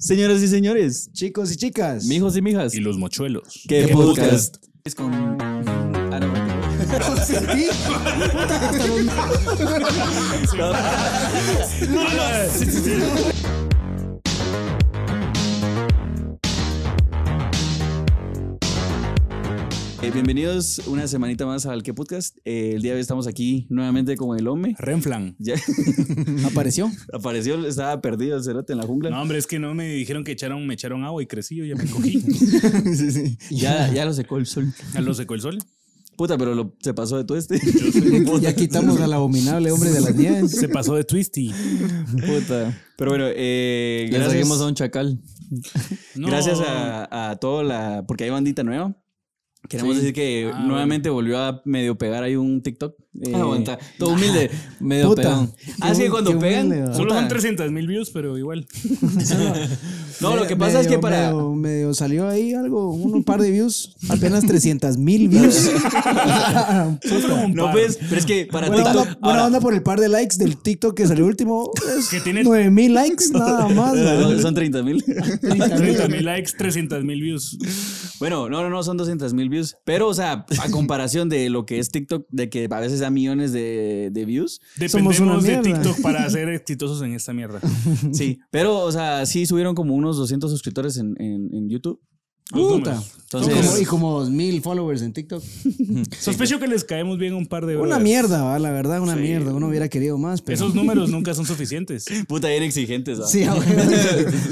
Señoras y señores, Chicos y chicas. mijos y mijas, Y los mochuelos. ¿qué ¿Qué podcast? podcast? Es con... Ah, no, mentira. ¿Sí? Eh, bienvenidos una semanita más al ¿Qué podcast? Eh, el día de hoy estamos aquí nuevamente con el hombre. Renflan. Ya ¿Apareció? apareció, estaba perdido el cerote en la jungla. No, hombre, es que no me dijeron que echaron, me echaron agua y crecí, yo ya me cogí. sí, sí. Ya, ya lo secó el sol. Ya lo secó el sol. Puta, pero lo- se pasó de todo este. Ya quitamos al abominable hombre de las nieves. Se pasó de twisty. Puta. Pero bueno, eh, Le gracias, trajimos a un chacal. No. gracias a, a toda la... Porque hay bandita nueva. Queremos Sí. decir que Ah, nuevamente volvió a medio pegar ahí un TikTok. Eh, Aguanta. Todo humilde. Medio Puta. pelón. Ah, sí, Qué- cuando qué pegan, humilde, ¿verdad? Solo son Puta. 300 mil views, pero igual. No, lo Medio- que pasa es que medio- para... Medio, medio salió ahí algo, un, un par de views. Apenas 300 mil views. Solo un No, par. pues, pero es que para Buena TikTok... onda, buena ahora- onda por el par de likes del TikTok que salió último. Es Que tiene- 9 mil likes, nada más. Son- ¿no? Son 30 mil. 30 mil likes, 300 mil views. Bueno, no, no, no, son 200 mil views. Pero, o sea, a comparación de lo que es TikTok, de que a veces da millones de, de views. Somos una Dependemos de mierda. TikTok para ser exitosos en esta mierda. Sí, pero, o sea, sí subieron como unos 200 suscriptores en, en- en YouTube. Los Puta. números. Entonces- Y como- y como 2 mil followers en TikTok. Sospecho que les caemos bien a un par de Una brothers. mierda, va, la verdad, una Sí. mierda. Uno hubiera querido más, pero. Esos números nunca son suficientes. Puta, bien exigentes. ¿ah? Sí, a huevo.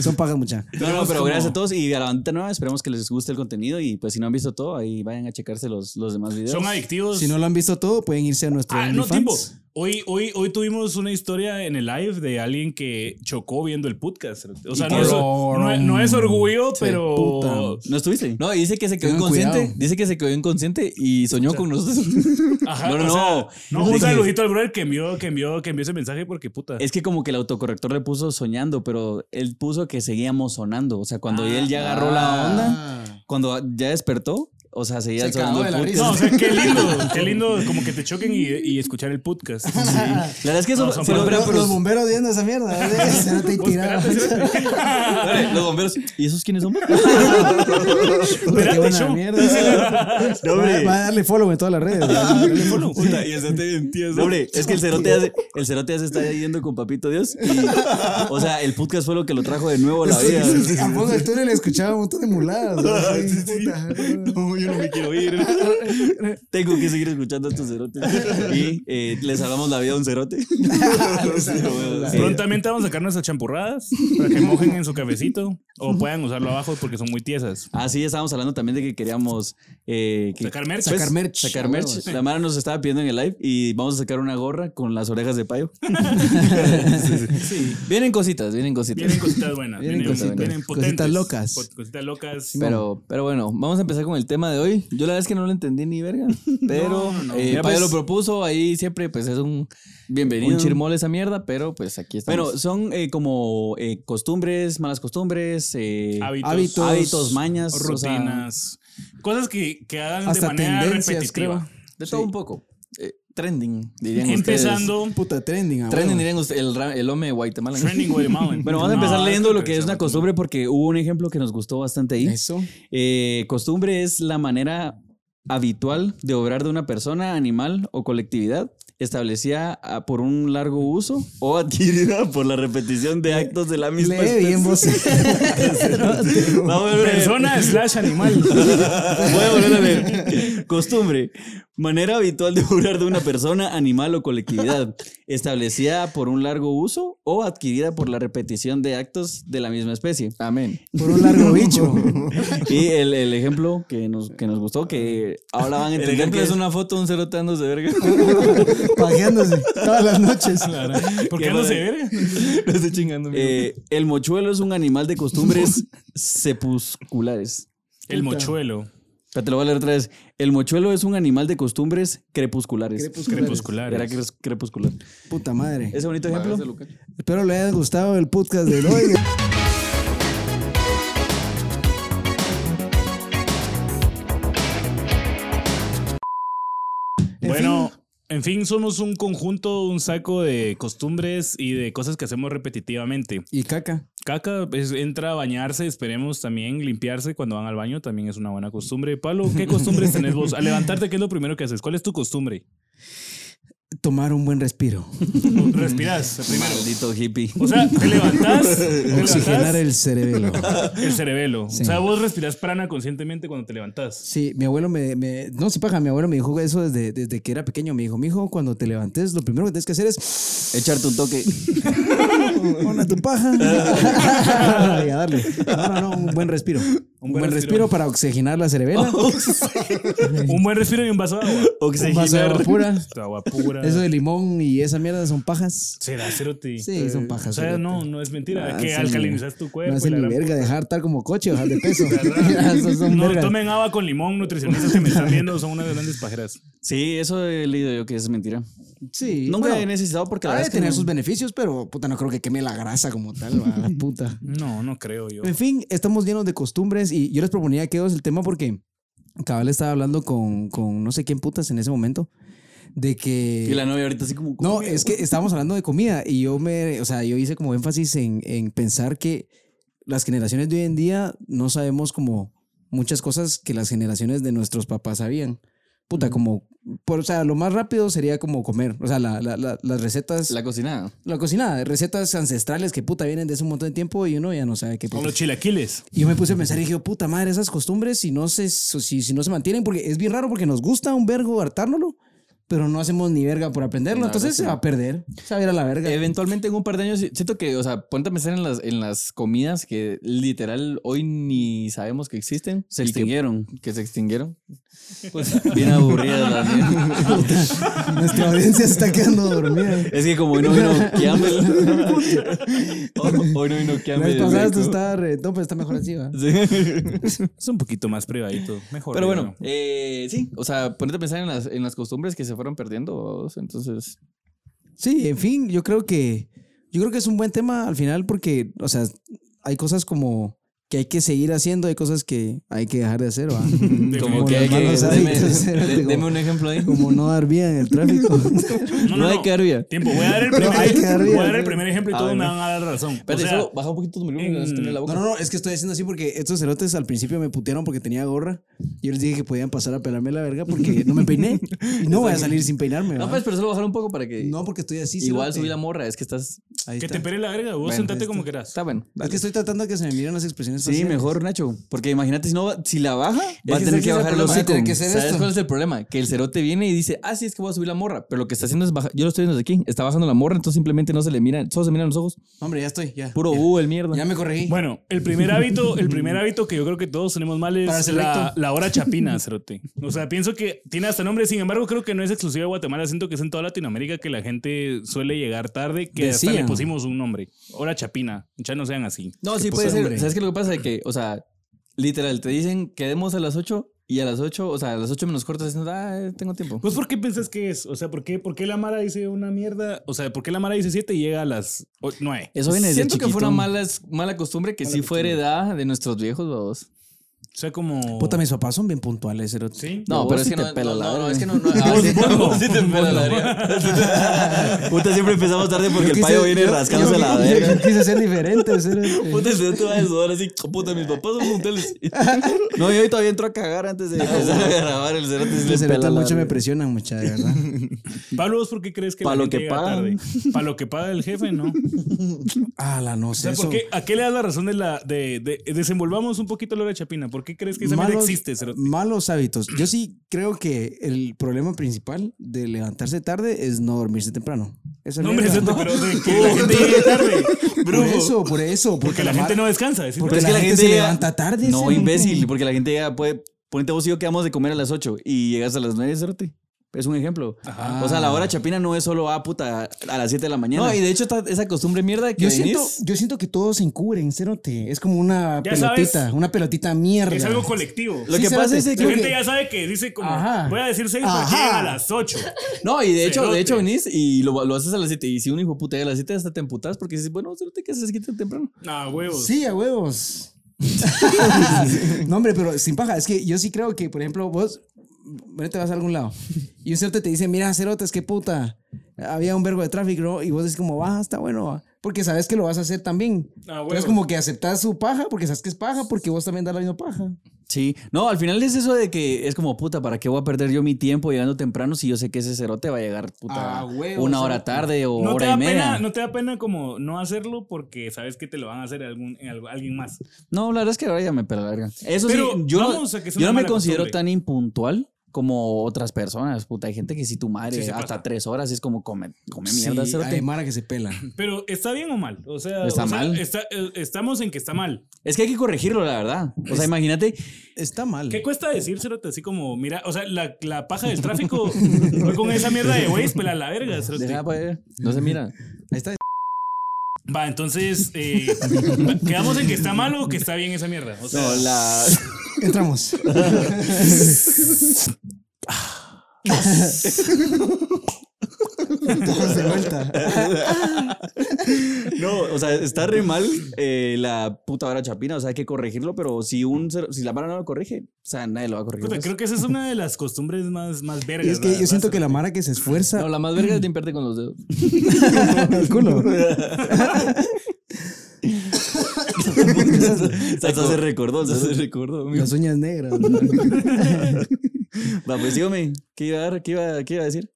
son pagas mucha. No, no, Tenemos pero como- gracias a todos y a la bandita nueva. Esperamos que les guste el contenido. Y pues, si no han visto todo, ahí vayan a checarse los, los demás videos. Son adictivos. Si no lo han visto todo, pueden irse a nuestro Ah, no, OnlyFans. tiempo. Hoy, hoy, hoy tuvimos una historia en el live de alguien que chocó viendo el podcast. O sea, no es, no, es- no es orgullo, pero. puta. ¿No estuviste? No, y dice que se quedó Tengan inconsciente. cuidado. Dice que se quedó inconsciente y soñó con nosotros. Ajá, No, no, o sea, no. un Dije- saludito al brother que envió, que envió, que envió ese mensaje porque puta. Es que como que el autocorrector le puso soñando, pero él puso que seguíamos sonando. O sea, cuando él ya agarró Ah. la onda, cuando ya despertó, o sea, seguía Se sonando cagó de la el podcast. risa. No, o sea, qué lindo, qué lindo como que te choquen y, y escuchar el podcast. La verdad es que eso... No, son pero- palabras- pero- Los, pero- los bomberos viendo esa mierda. ¿eh? Se nota y tirado. Pues, Espérate, espérate, Dale, los bombeos. ¿Y esos quiénes son? Puta, qué espérate, buena show. mierda. va, va a darle follow en todas las redes. Puta, y el cerote bien tieso. Hombre, es que el cerote hace, el cerote ya se está yendo con Papito Dios. y, o sea, el podcast fue lo que lo trajo de nuevo a la vida. Al fondo del túnel escuchaba un montón de muladas. ¿no? Sí, puta. No, yo no me quiero ir. Tengo que seguir escuchando a estos cerotes. Y eh, le salvamos la vida a un cerote. eh, Sí. Prontamente vamos a sacar nuestras champurradas para que mojen en su cafecito o puedan usarlo abajo porque son muy tiesas. Ah, sí, estábamos hablando también de que queríamos eh, que- Sacar merch. Sacar merch. Sacar merch. La Mara nos estaba pidiendo en el live y vamos a sacar una gorra con las orejas de payo. Vienen cositas, vienen cositas. Vienen cositas buenas. Vienen Vienen, cositas, vienen cositas potentes. locas. pot- Cositas locas. Pero, pero bueno, vamos a empezar con el tema de hoy. Yo la verdad es que no lo entendí ni verga. Pero No, no. eh, Mira, Payo pues- lo propuso. Ahí siempre pues es un, Bienvenido. un chirmol esa mierda. Pero pues aquí estamos. Bueno, son eh, como eh, costumbres, malas costumbres, eh, hábitos, hábitos, hábitos, mañas, o sea, rutinas. cosas que, que hagan Hasta de manera tendencias, repetitiva. de todo un poco. Eh, trending, dirían ustedes. Empezando. Puta trending. a Trending, huevo. dirían ustedes. El, ra- el hombre de Guatemala. Trending Guatemala. Bueno, vamos a empezar No, leyendo es lo que es una costumbre porque hubo un ejemplo que nos gustó bastante ahí. Eso. Eh, costumbre es la manera habitual de obrar de una persona, animal o colectividad establecida ah, por un largo uso o adquirida por la repetición de actos de la misma Lee especie. bien vos. pues. Vamos a ver, Persona slash animal. Voy a volver a leer. Costumbre. Manera habitual de jurar de una persona, animal o colectividad, establecida por un largo uso o adquirida por la repetición de actos de la misma especie. Amén. Por un largo bicho. Y el, el ejemplo que nos, que nos gustó, que ahora van a El entender ejemplo que es una foto de un cerote dándose verga. Pajeándose todas las noches. ¿Por Qué qué no se padre. verga? Lo estoy chingando. eh, el mochuelo es un animal de costumbres sepusculares. El mochuelo. Ya te lo voy a leer otra vez. El mochuelo es un animal de costumbres crepusculares. Crepusculares. Era cres- crepuscular. Puta madre. Ese bonito ejemplo. Espero le haya gustado el podcast de hoy. Bueno, En fin, somos un conjunto, un saco de costumbres y de cosas que hacemos repetitivamente. Y caca. Caca pues, entra a bañarse, esperemos también limpiarse cuando van al baño, también es una buena costumbre. Pablo, ¿qué costumbres tenés vos? Al levantarte, ¿qué es lo primero que haces? ¿Cuál es tu costumbre? Tomar un buen respiro. Respirás primero. Maldito hippie. O sea, te levantás, te Oxigenar levantás el cerebelo. el cerebelo. Sí. O sea, vos respirás prana conscientemente cuando te levantás. Sí, mi abuelo me, me- No, sí, paja, mi abuelo me dijo eso desde, desde que era pequeño. Me dijo, mijo, cuando te levantes, lo primero que tienes que hacer es... Echarte un toque. Una tu paja. y a darle. No, no, no, un buen respiro. Un buen, respiro. para oxigenar la cerebela. Un buen respiro y un vaso de agua. un vaso de agua pura. Tu Agua pura. Eso de limón y esa mierda son pajas. Será cerote. Sí, son pajas, O sea, cerote. no, no es mentira. Ah, que sí, alcalinizas tu cuerpo. No y hace la ni gran verga dejar estar como coche, bajar de peso. ¿Verdad? Esos son No verga. tomen agua con limón, nutricionistas que me están viendo son unas grandes pajeras. Sí, eso he leído yo que es mentira. Sí. Nunca bueno, he necesitado porque la ha de verdad es que tener no. sus beneficios, pero puta, no creo que queme la grasa como tal, va, la puta. No, no creo yo. En fin, estamos llenos de costumbres y yo les proponía que dos el tema porque Cabal estaba hablando con, con no sé quién putas en ese momento de que... Y la novia ahorita así como... No, es que estábamos hablando de comida y yo me, o sea, yo hice como énfasis en, en pensar que las generaciones de hoy en día no sabemos como muchas cosas que las generaciones de nuestros papás sabían. Puta, como, por, o sea, lo más rápido sería como comer, o sea, la- la- la- las recetas, la, La cocinada. cocinada, recetas ancestrales que puta vienen de hace un montón de tiempo y uno ya no sabe qué. Con puta. los chilaquiles. Y yo me puse a pensar y dije, puta madre, esas costumbres si no se, si, si no se mantienen, porque es bien raro porque nos gusta un vergo hartárnoslo, pero no hacemos ni verga por aprenderlo, La entonces verdad, se sí. Eh, va a perder, se va a ir a la verga. Eventualmente en un par de años, siento que, o sea, ponte a pensar en las, en las comidas que literal hoy ni sabemos que existen. Se y que- extinguieron. Que, se extinguieron. Bien aburrida la mía. Nuestra audiencia se está quedando dormida. Es que como hoy no vino Kiambe. hoy no vino La Kiambe. vez pasada esto estaba re- no, pero está mejor así, va. Es un poquito más privadito. Mejor. Pero bueno, ¿no? eh, sí, o sea, ponete a pensar en las, en las costumbres que se fueron perdiendo. babos, Entonces, Sí, en fin, yo creo que yo creo que es un buen tema al final porque, o sea, hay cosas como que hay que seguir haciendo, hay cosas que hay que dejar de hacer, va. Como que los hay que... malos deme- hábitos, de- como- Deme un ejemplo ahí. Como no dar vía en el tráfico. no, No hay que dar vía. Tiempo, voy a dar el No, primer, hay que dar voy a bien. dar el primer ejemplo y A todos ver, me no. van a dar razón. O espérate, sea, solo baja un poquito tu volumen, en- que vas a tener la boca. No, no, no, es que estoy haciendo así porque estos cerotes al principio me putearon porque tenía gorra. Yo les dije que podían pasar a pelarme la verga porque no me peiné. Y no voy a salir sin peinarme. No, ¿va? pues, pero solo bajar un poco para que. no porque estoy así. igual cerote. subí la morra, es que estás. Ahí que está. te pere la verga. Vos Bueno, sentate ahí como está. quieras. Está bueno. Es que estoy tratando de que se me miren las expresiones Sí, faciales. mejor Nacho. Porque imagínate, si, no, va- si la baja, va a Es tener ese que es bajar el problema. hocico. tiene que ser ¿Sabes esto. cuál es el problema? Que el cerote viene y dice, ah, sí, es que voy a subir la morra. Pero lo que está haciendo es bajar. Yo lo estoy viendo desde aquí. Está bajando la morra, entonces simplemente no se le mira, solo se miran los ojos. Hombre, ya estoy, ya. Puro uh, el mierda. Ya me corregí. Bueno, el primer hábito, el primer hábito que yo creo que todos tenemos mal es Pararse la, recto. la hora chapina, Cerote. O sea, pienso que tiene hasta nombre, sin embargo, creo que no es exclusivo de Guatemala. Siento que es en toda Latinoamérica que la gente suele llegar tarde, que hasta Decían. le pusimos un nombre. Hora chapina. Ya no sean así. No, sí pues, puede ser. hombre. ¿Sabes qué lo que pasa? Que, o sea, literal, te dicen quedemos a las 8 y a las 8, o sea, a las 8 menos cuarto, diciendo, ah, eh, tengo tiempo. Pues, ¿por qué pensás que es? O sea, ¿por qué, por qué la Mara dice una mierda? O sea, ¿por qué la Mara dice 7 y llega a las 9? Eso viene desde Siento que fue una chiquito. mala, mala costumbre que sí fue heredada de nuestros viejos, babos. O sea, como. Puta, mis papás son bien puntuales, cerote. Sí. No, No, vos pero es sí que te no, pela no, la no, verga. es que no, no, ah, sí, vos sí te pela la verga. Puta, siempre empezamos tarde porque el Quise- payo viene yo- rascándose yo- la yo verga. Quise ser eh, diferente, cerote. Puta, se te va a desudar así. Puta, mis papás son puntales. No, y hoy todavía entro a cagar antes de empezar a grabar el cerote. sí le pela Los cerotes la mucho me verga. presionan, mucha, de verdad. Pablo, ¿vos por qué crees que Pa' lo que pagan. Para lo que paga el jefe, ¿no? Ah, la no sé. O sea, eso. ¿por qué- ¿A qué le das la razón de la de, de- desenvolvamos un poquito la hora chapina? ¿Por qué crees que esa mierda existe? Cerote? malos hábitos. Yo sí creo que el problema principal de levantarse tarde es no dormirse temprano. Esa No, hombre, mierda. Cerote, pero de que la gente llegue tarde. Por eso, por eso. Porque, Porque la gente mar- no descansa. es Porque Pero es la, que gente, se levanta tarde. No, cerote. imbécil, porque la gente ya puede. Ponete vos y yo quedamos de comer a las 8 y llegas a las 9, cerote. Es un ejemplo. O sea, la hora chapina no es solo, ah, puta, a las 7 de la mañana. No, y de hecho está esa costumbre mierda de que Yo siento, venís- yo siento que todos se encubren, cerote. Es como una Ya pelotita, sabes. una pelotita mierda. Es algo colectivo. Lo Sí, que pasa cerote, es de La que. creo gente que- ya sabe que dice como, Ajá. voy a decir seis para que Ajá. llegue a las ocho. No, y de hecho, Cerote. de hecho venís y lo, lo haces a las 7. Y si un hijo de puta llega a las 7 hasta te emputas porque dices, bueno, cerote que se quita temprano. Ah, huevos. Sí, a huevos. no, hombre, pero sin paja. Es que yo sí creo que, por ejemplo, vos bueno, te vas a algún lado Y un cerote te dice, mira, cerotes, qué puta. Había un vergo de tráfico, ¿no? Y vos decís como, baja, está bueno. va". Porque sabes que lo vas a hacer también. Ah, Entonces, huevo. como que aceptás su paja porque sabes que es paja porque vos también das la misma paja. Sí, no, al final es eso de que es como puta, ¿para qué voy a perder yo mi tiempo llegando temprano si yo sé que ese cerote va a llegar puta Ah, huevo, una cerote. hora tarde o No te, hora y da media? pena, no te da pena como no hacerlo porque sabes que te lo van a hacer algún, en algo- alguien más. No, la verdad es que ahora ya me pela la verga. Eso Pero sí, yo no, vamos a que es yo no una me mala considero costumbre. tan impuntual como otras personas, puta. Hay gente que si tu madre Sí, se hasta pasa. tres horas es como come, come Sí, mierda, cerote. hay mara que se pela. Pero ¿está bien o mal? O sea, Está o sea, mal. está- eh, estamos en que está mal. Es que hay que corregirlo, la verdad. O sea, imagínate, Está mal. ¿Qué cuesta decir, Cerote? Así como, mira, o sea, la, la paja del tráfico voy con esa mierda de güeyes, pela la verga, Cerote. Deja, pues, no se mira. Ahí está. Va, entonces, eh, quedamos en que está mal o que está bien esa mierda. O sea, no, la, Entramos. Estamos de vuelta. No, o sea, está re mal eh, la puta vara chapina, o sea, hay que corregirlo, pero si un cero- si la vara no lo corrige, o sea, nadie lo va a corregir. puta, pues. creo que esa es una de las costumbres más, más vergas. Y es que yo siento que la más mara que se esfuerza No, la más verga es limpiarte con los dedos. el culo. Hasta se recordó, hasta se recordó. amigo. Las uñas negras. Va, pues dígame, ¿qué iba a, dar? ¿Qué iba, qué iba a decir?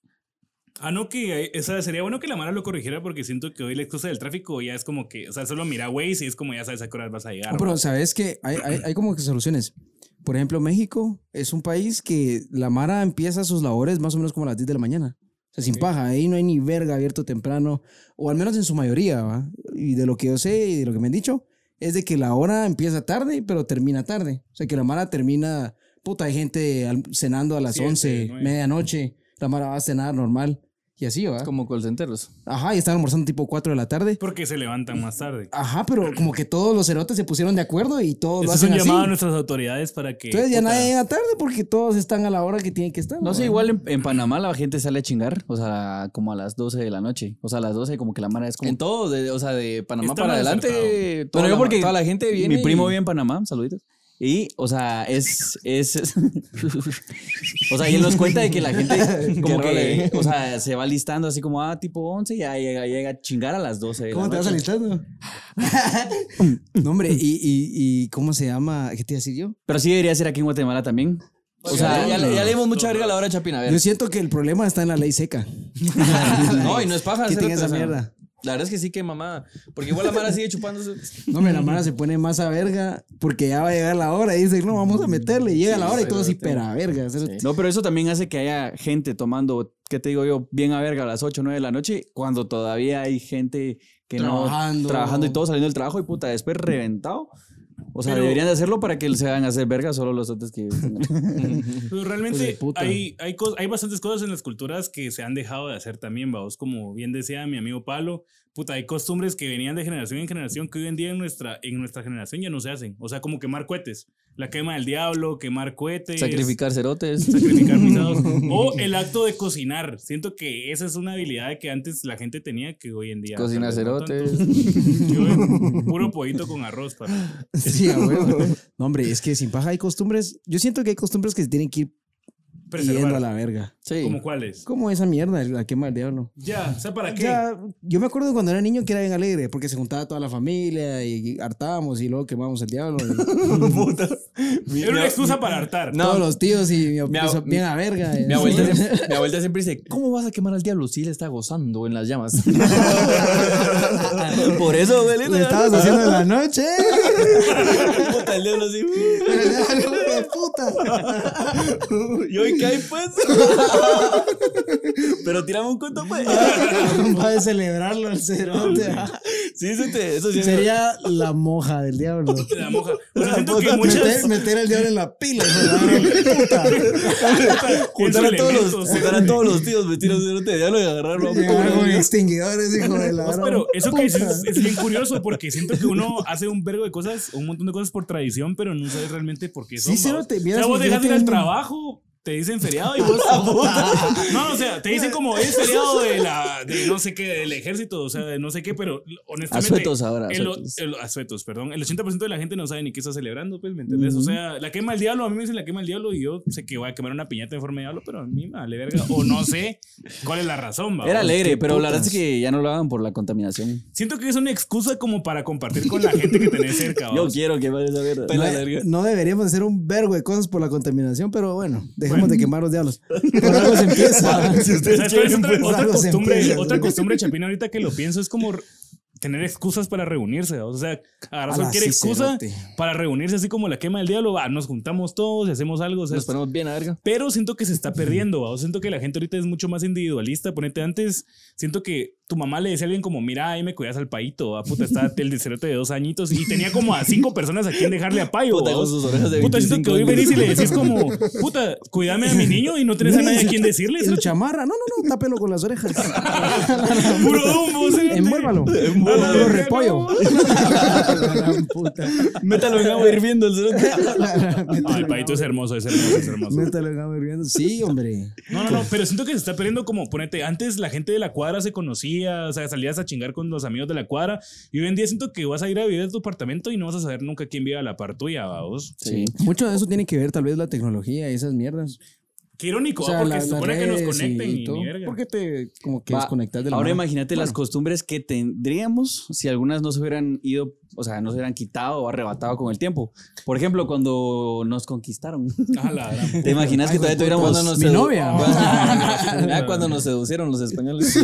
Ah, no, que eh, esa sería bueno que la mano lo corrigiera porque siento que hoy la excusa del tráfico ya es como que, o sea, solo mira, güey, si es como ya sabes a qué horas vas a llegar. Pero sabes que hay, hay, hay como que soluciones. Por ejemplo, México es un país que la Mara empieza sus labores más o menos como a las 10 de la mañana. O sea, sin paja, ahí no hay ni verga abierto temprano, o al menos en su mayoría, ¿va? Y de lo que yo sé y de lo que me han dicho, es de que la hora empieza tarde, pero termina tarde. O sea, que la Mara termina, puta, hay gente al- cenando a las Siete, 11, nueve. medianoche, la Mara va a cenar normal, y así, ¿va? Es como call centeros. Ajá, y están almorzando tipo 4 de la tarde. Porque se levantan más tarde. Ajá, pero como que todos los cerotes se pusieron de acuerdo y todos lo Eso es hacen un así. llamado a nuestras autoridades para que. Entonces ya puta, nadie llega tarde porque todos están a la hora que tienen que estar. No ¿no? sé, igual en, en Panamá la gente sale a chingar, o sea, como a las 12 de la noche. O sea, a las 12 como que la mara es como... En todo, de- o sea, de Panamá Está para mal adelante. acertado. toda Pero yo la- porque toda la gente viene. Mi primo y- vive en Panamá, saluditos. Y, o sea, es, es, es- O sea, y él nos cuenta de que la gente como Qué eh. que, role. o sea, se va listando así como, ah, tipo 11 y ya llega, llega a chingar a las 12 de la ¿Cómo te vas noche. alistando? no, hombre, y, y, y ¿cómo se llama? ¿Qué te iba a decir yo? Pero sí debería ser aquí en Guatemala también. O sea, ya, le- ya le dimos mucha verga a la hora de Chapina. A ver. Yo siento que el problema está en la ley seca. no, y no es paja. Que hacer tenga otra, esa o sea, mierda. La verdad es que sí que mamá. Porque igual la mara sigue chupándose. No, hombre, la mara se pone más a verga porque ya va a llegar la hora y dice, no, vamos a meterle. Y llega la hora y todos hiper a verga. No, pero eso también hace que haya gente tomando, ¿qué te digo yo? Bien a verga a las 8 o 9 de la noche, cuando todavía hay gente que Trabajando. no... Trabajando y todo saliendo del trabajo y puta, después reventado. O sea, Pero- deberían de hacerlo para que se hagan a hacer verga solo los otros que... Pero Hijos de pues, realmente puta. hay, hay, cos- hay bastantes cosas en las culturas que se han dejado de hacer también, vaos. Como bien decía mi amigo Pablo, puta, hay costumbres que venían de generación en generación que hoy en día en nuestra, en nuestra generación ya no se hacen. O sea, como quemar cohetes. La quema del diablo, quemar cohetes. Sacrificar cerotes. sacrificar pisados. o el acto de cocinar. Siento que esa es una habilidad que antes la gente tenía que hoy en día. Cocinar tal vez no cerotes. tanto. Yo, puro pollito con arroz, papi. Sí, a huevo. No, hombre, es que sin paja hay costumbres. Yo siento que hay costumbres que se tienen que ir yendo a Preservar. la verga. Sí. ¿Cómo cuáles? Como esa mierda, la quema del diablo. Ya, o sea, ¿para qué? Ya, yo me acuerdo cuando era niño que era bien alegre, porque se juntaba toda la familia y hartábamos y luego quemábamos el diablo. y Era una excusa para hartar. Todos los tíos y mi, Mi ab- eso, bien a verga. eh. Mi abuelita, siempre, mi abuelita siempre dice, ¿cómo vas a quemar al diablo si él está gozando en las llamas? Por eso, abuelita. Le estabas haciendo en la noche. Puta, el diablo así. Hijo de puta. Y hoy cae, pues. Pero tiramos un cuento, pues. Va a celebrarlo el cerote. ah. Sí, eso, te, eso sí. Sería la moja del diablo. La moja. O sea, siento que Puta, muchas. meter, meter el diablo en la pila. hijo de puta. Juntar a, todos los, juntar a Pero todos los tíos, vestidos de cerote de diablo y agarrarlo. a un Llegar con culo. extinguidores, hijo de la gran eso que dices puta. es, es bien curioso porque siento que uno hace un vergo de cosas, un montón de cosas por tradición, pero no sabes realmente por qué Sí, son. cerote, vamos. vieras o sea, vos que yo dejas de ir al tengo- trabajo, te dicen feriado y vos. no, o sea, te dicen como es feriado de la, de no sé qué, del ejército, o sea, de no sé qué, pero honestamente. Asuetos ahora, El, asuetos. el- asuetos, perdón. El 80% de la gente no sabe ni qué está celebrando, pues, ¿me entendés? O sea, la quema del diablo, a mí me dicen la quema del diablo y yo sé que voy a quemar una piñata en forma de diablo, pero a mí me vale verga. O no sé cuál es la razón, va. Era alegre, pero la putas. verdad es que ya no lo hagan por la contaminación. Siento que es una excusa como para compartir con la gente que tenés cerca, Yo vamos. quiero que vaya a ver. No, no deberíamos hacer un vergo de cosas por la contaminación, pero bueno, dejemos de quemar los diablos. Por algo se empieza. ¿Sabes cuál es otra, pues, otra algo se costumbre, empieza, otra ¿no? costumbre chapina ahorita que lo pienso es como r- tener excusas para reunirse. O sea, agarrar Ala, cualquier sí, excusa cerote. para reunirse, así como la quema del diablo. Va, nos juntamos todos y hacemos algo. o sea, Nos ponemos bien a verga. pero siento que se está perdiendo. ¿va? O Siento que la gente ahorita es mucho más individualista. Ponete antes, siento que tu mamá le decía a alguien como, mira, ahí me cuidas al paito. ¿va? Puta, está el diserote de dos añitos y tenía como a cinco personas a quien dejarle a payo. Puta, ¿va? con sus orejas de Puta, siento 25 que hoy venís y le años. decís como, puta, cuídame a mi niño y no tenés a nadie a quien decirle. Y su cerote. chamarra. No, no, no, tápelo con las orejas. Puro Dumbo, cerote. Envuélvalo. Envuélvalo. Puro repollo. La gran puta. Métalo en agua hirviendo el cerote. No, el paito es hermoso, es hermoso, es hermoso. Métalo en agua hirviendo. Sí, hombre. No, no, no, pero siento que se está perdiendo como, ponete, antes la gente de la cuadra se conocía, o sea, salías a chingar con los amigos de la cuadra, y hoy en día siento que vas a ir a vivir a tu apartamento y no vas a saber nunca quién vive a la par tuya, ¿va vos. Sí. Mucho de eso tiene que ver tal vez la tecnología y esas mierdas. Qué irónico, O sea, ¿va? Ah, porque la- se las supone que nos redes conecten y, todo. ni verga. Porque te como que Va, desconectas de la Ahora mano. imagínate las costumbres que tendríamos si algunas no se hubieran ido, o sea, no se hubieran quitado o arrebatado con el tiempo. Por ejemplo, cuando nos conquistaron. Ah, la gran ¿Te imaginas que Ay, todavía hijo de tuviéramos puta, mi sedu- novia. Cuando, Mira, cuando nos seducieron los españoles.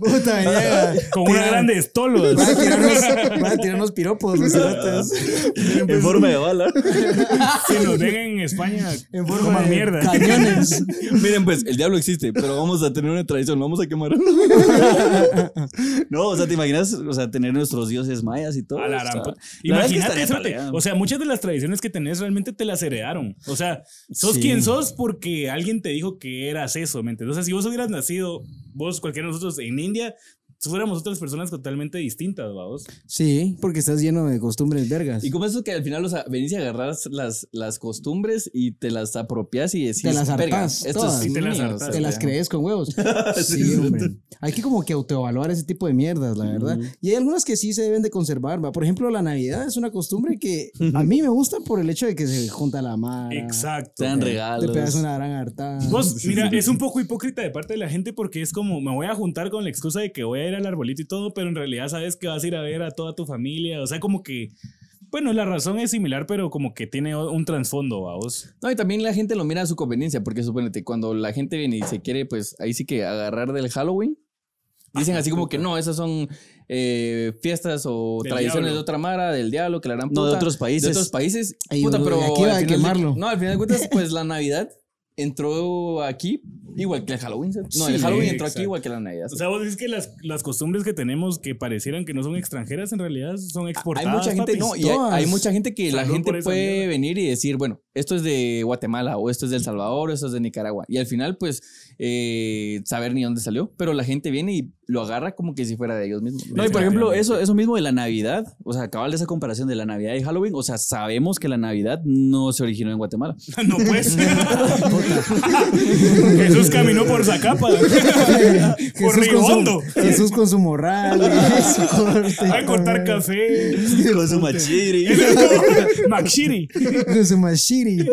Puta, venía. puta. Con una grande estolo. Van a tirarnos, van a tirarnos piropos, los cerotes. en forma de bala. Si nos ven en España, En en forma forma de mierda. Cañones. Miren, pues el diablo existe, pero vamos a tener una tradición, lo vamos a quemar. no, o sea, ¿te imaginas? O sea, tener nuestros dioses mayas y todo. A la gran O sea, puta. la verdad es que Imagínate, estaría suerte. tarea. o sea, muchas de las tradiciones que tenés realmente te las heredaron. O sea, sos Sí. quien sos porque alguien te dijo que eras eso, ¿me entiendes? O sea, si vos hubieras nacido, vos, cualquiera de nosotros, en India, fuéramos otras personas totalmente distintas, vamos. Sí, porque estás lleno de costumbres vergas. Y como eso que al final, o sea, venís y agarrás las, las costumbres y te las apropias y decís, Te las "Verga, hartás esto todas". es Y te las mío", o hartás. sea, Te las ya. crees con huevos. Sí, hombre. Hay que como que autoevaluar ese tipo de mierdas, la verdad. Y hay algunas que sí se deben de conservar, ¿va? Por ejemplo, la Navidad es una costumbre que a mí me gusta por el hecho de que se junta la mano. Te Exacto. dan Te pegas regalos. una gran hartada. Vos, mira, es un poco hipócrita de parte de la gente porque es como, me voy a juntar con la excusa de que voy a ir al arbolito y todo, pero en realidad sabes que vas a ir a ver a toda tu familia. O sea, como que, bueno, la razón es similar, pero como que tiene o- un trasfondo, vamos. No, y también la gente lo mira a su conveniencia, porque suponete, cuando la gente viene y se quiere, pues ahí sí que agarrar del Halloween, dicen así como que no, esas son eh, fiestas o Del tradiciones diablo. de otra mara, del diablo, que la harán No, de otros países. De otros países. Ey, boludo, y aquí al va a final de- quemarlo. no, al final de cuentas, pues la Navidad entró aquí igual que el Halloween. ¿sabes? No, el Sí, Halloween entró exacto. aquí igual que la Navidad. O sea, vos decís que las, las costumbres que tenemos que parecieran que no son extranjeras, en realidad son hay exportadas. mucha papi. gente, no, y hay, todas. hay mucha gente que la Salud gente por esa puede mierda. venir y decir, bueno, esto es de Guatemala, o esto es de El Salvador, o esto es de Nicaragua. Y al final, pues, eh, saber ni dónde salió, pero la gente viene y lo agarra como que si fuera de ellos mismos. No, y por ejemplo, eso, eso mismo de la Navidad, o sea, cabal esa comparación de la Navidad y Halloween, o sea, sabemos que la Navidad no se originó en Guatemala. no pues. Jesús caminó por Zacapa. por con Rigondo. su, Jesús con su morral. su corte, A cortar café. Con su machiri. Macshiri. Con su machiri.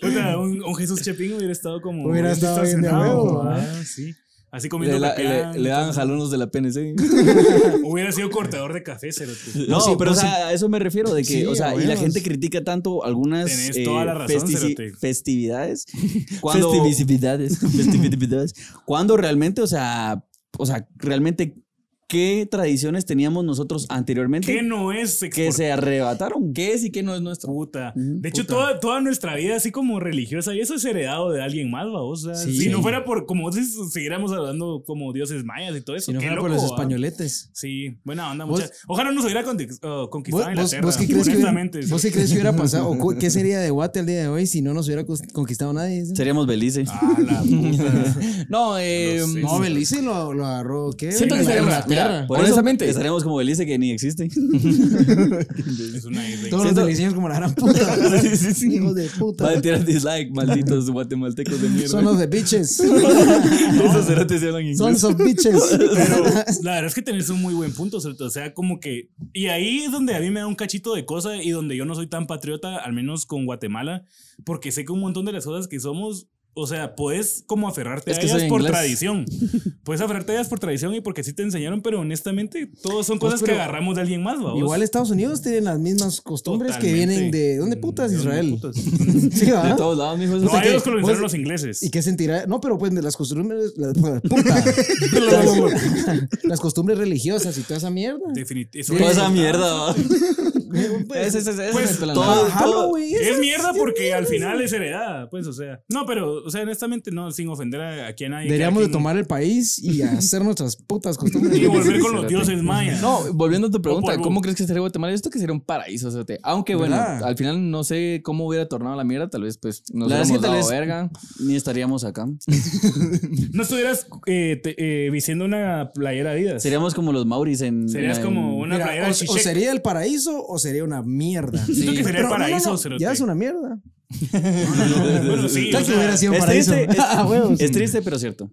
Puta, un, un Jesús Chepín hubiera estado como. Hubiera bien estado bien de distorsionado, huevo, ¿verdad? ¿verdad? Sí. Así Le, comiendo la- pepián. le- le dan jalones de la PNC. Hubiera sido cortador de café, cerote. No, sí, pero vos o sea, a eso me refiero, de que, Sí, o sea, y la huevos. gente critica tanto algunas eh, Tenés toda la razón, Cerote. festividades. Cuando, festividades. Cuando realmente, o sea, o sea, realmente, ¿qué tradiciones teníamos nosotros anteriormente ¿Qué no es que exportar? se arrebataron? ¿Qué es y qué no es nuestro? Puta. Mm, De hecho, Toda, toda nuestra vida, así como religiosa, y eso es heredado de alguien más, ¿va? O sea, Sí. si no fuera por, como si siguiéramos hablando como dioses mayas y todo eso. Si no qué fuera por loco, los ¿va? españoletes. Sí, buena onda, ¿Vos- muchas. Ojalá nos hubiera conti- uh, ¿Vos, conquistado vos- Inglaterra. vos qué crees que hubiera, honestamente, sí. vos qué crees que hubiera pasado? ¿O cu- qué sería de Guate al día de hoy si no nos hubiera cos- conquistado nadie? Seríamos Belice. Ah, la puta. No, eh, No sé. eh, um, No, Belice lo, lo agarró. ¿qué? Siento que La- sería la- rateado, guerra. por eso Honestamente. Estaremos como Belice que ni existe. Es una idea. Todos los delicios como la gran puta. sí, sí, sí. Hijos de puta. Van a tirar dislike, malditos guatemaltecos de Son mierda. los de bitches. Esos cerotes se hablan Son inglés. of bitches. Pero la verdad es que tenés un muy buen punto, ¿cierto? O sea, como que. Y ahí es donde a mí me da un cachito de cosa y donde yo no soy tan patriota, al menos con Guatemala, porque sé que un montón de las cosas que somos. O sea, puedes como aferrarte Es a que ellas soy por inglés. tradición. Puedes aferrarte a ellas por tradición y porque sí te enseñaron, pero honestamente, todos son Pues, cosas que pero agarramos de alguien más, ¿va? Igual Estados Unidos tienen las mismas costumbres que vienen de. ¿Dónde putas Israel? Sí, ¿verdad? De todos lados, mijo. eso No, sí a que- ellos colonizaron vos- los ingleses. ¿Y qué sentirá? No, pero pues de las costumbres. la- la- puta. las, las costumbres religiosas y toda esa mierda. Definit- eso Toda es- esa mierda. va. Ese- ese- ese- ese Pues, me pela todo- nada. Ah, Halloween, Es esas- mierda sí, porque al mierda, final esas. es heredada, pues, o sea. No, pero, o sea, honestamente, no, sin ofender a, aquí a nadie. Deberíamos cada de quien- tomar el país y hacer nuestras putas costumbres. Y volver con Sí, los sí, dioses mayas. No, volviendo a tu pregunta, polvo. ¿cómo crees que sería Guatemala? Esto que sería un paraíso, o sea, te- aunque bueno, ¿Verdad? al final no sé cómo hubiera tornado la mierda, tal vez pues nos La verdad es que hubiéramos tal dado vez- verga. Ni estaríamos acá. Pues, No estuvieras eh, te- eh, vistiendo una playera Adidas. Seríamos como los Mauris en. Serías en- como una Mira, playera o, de o sería el paraíso o sería una mierda. Siento que sería el Pero no, no, paraíso, no, cerote. ya es una mierda. Bueno, sí, Tal o que sea, este, hubiera sido un Es paraíso. triste, es- Ah, huevos. es triste, pero cierto.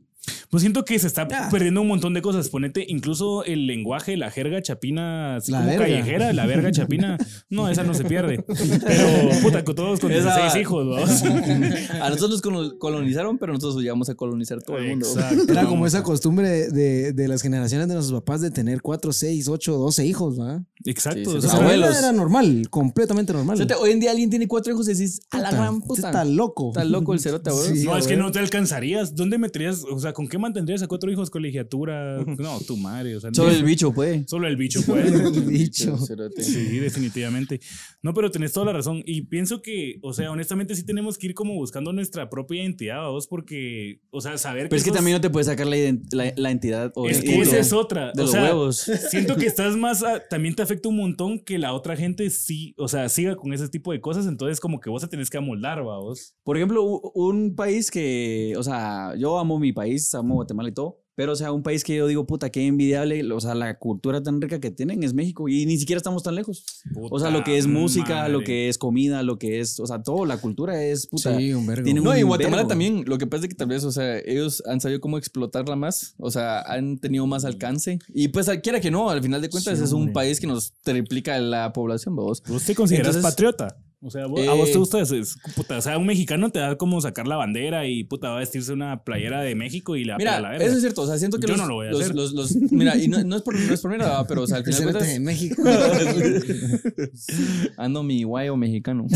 Pues siento que se está Ya. perdiendo un montón de cosas. Ponete incluso el lenguaje, la jerga chapina, así La como verga. callejera, la verga chapina. No, esa no se pierde. Pero puta, con todos con Esa- 16 hijos, vamos. A nosotros nos colo- colonizaron, pero nosotros llegamos a colonizar todo el mundo. Exacto. Era como esa costumbre de, de- de las generaciones de nuestros papás de tener 4, 6, 8, 12 hijos, ¿verdad? Exacto. Sí, o sí, sea, sí. Abuela abuelos. Era normal, completamente normal. O sea, te- hoy en día alguien tiene cuatro hijos y decís, a la Puta, gran este puta. Está loco. Está loco el cerote, abuelo. Sí, No, es que abuelo. no te alcanzarías. ¿Dónde meterías? O sea, ¿con qué mantendrías a cuatro hijos? Colegiatura. No, tu madre. O sea, Solo no- el bicho pues. puede. solo el bicho puede. Dicho. Cerote. Sí, definitivamente. No, pero tenés toda la razón. Y pienso que, o sea, honestamente sí tenemos que ir como buscando nuestra propia identidad, vos, porque, o sea, saber Pero es que sos- también no te puedes sacar la, ident- la, la entidad o es el que culo esa es otra. de o los sea, huevos. Siento que estás más. a- también te afecta un montón que la otra gente sí, o sea, siga con ese tipo de cosas. Entonces, como que vos te tenés que amoldar, ¿va, vos. Por ejemplo, u- un país que, o sea, yo amo mi país, amo Guatemala y todo, pero o sea, un país que yo digo, puta, qué envidiable, o sea, la cultura tan rica que tienen es México y ni siquiera estamos tan lejos. O sea, lo que es música, lo que es comida, lo que es, o sea, todo, la cultura es, puta. Sí, un vergo. Tiene un- No, y Guatemala vergo. también. Lo que pasa es que tal vez, o sea, ellos han sabido cómo explotarla más. O sea, han tenido más alcance. Y pues, quiera que no, al final de cuentas Sí, es un hombre. país que nos triplica la población, vos. Vos te consideras Entonces- patriota. O sea, vos- a vos Eh. te gusta, es- es- puta, o sea, un mexicano te da como sacar la bandera y puta, va a vestirse una playera de México y la Mira, a la verga. eso es cierto. O sea, siento que Yo los, no lo voy a los- hacer. los- los- mira, y no, no es por, no es por mierda, pero o sea, al El final de cerote de cuentas México. ando mi guayo mexicano.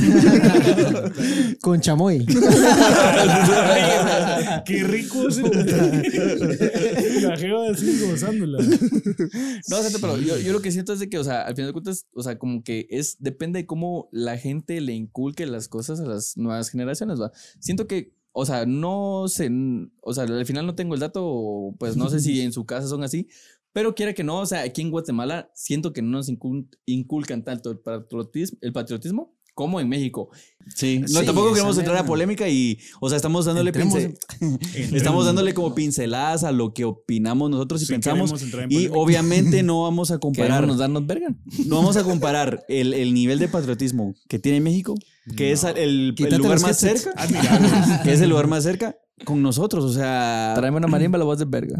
Con chamoy. Qué rico eso. la jeva así gozándola. No, o sea, pero yo, yo lo que siento es de que, o sea, al final de cuentas, o sea, como que es, depende de cómo la gente le inculque las cosas a las nuevas generaciones, ¿va? Siento que, o sea, no sé, o sea, al final no tengo el dato, pues no sé si en su casa son así, pero quiera que no, o sea, aquí en Guatemala siento que no nos incul- inculcan tanto el patriotismo, el patriotismo como en México. Sí, no, Sí, tampoco esa queremos entrar a mierda. polémica y, o sea, estamos dándole Entremos pincel- estamos dándole como pinceladas a lo que opinamos nosotros y Sí, pensamos. queremos entrar en Y polémica. obviamente no vamos a comparar Queremos darnos verga. No vamos a comparar el, el nivel de patriotismo que tiene México, que es al- el, el Quítate lugar los más headsets. cerca, Admirable. que es el lugar más cerca con nosotros, o Ah. sea, Tráeme una marimba, la voz de verga.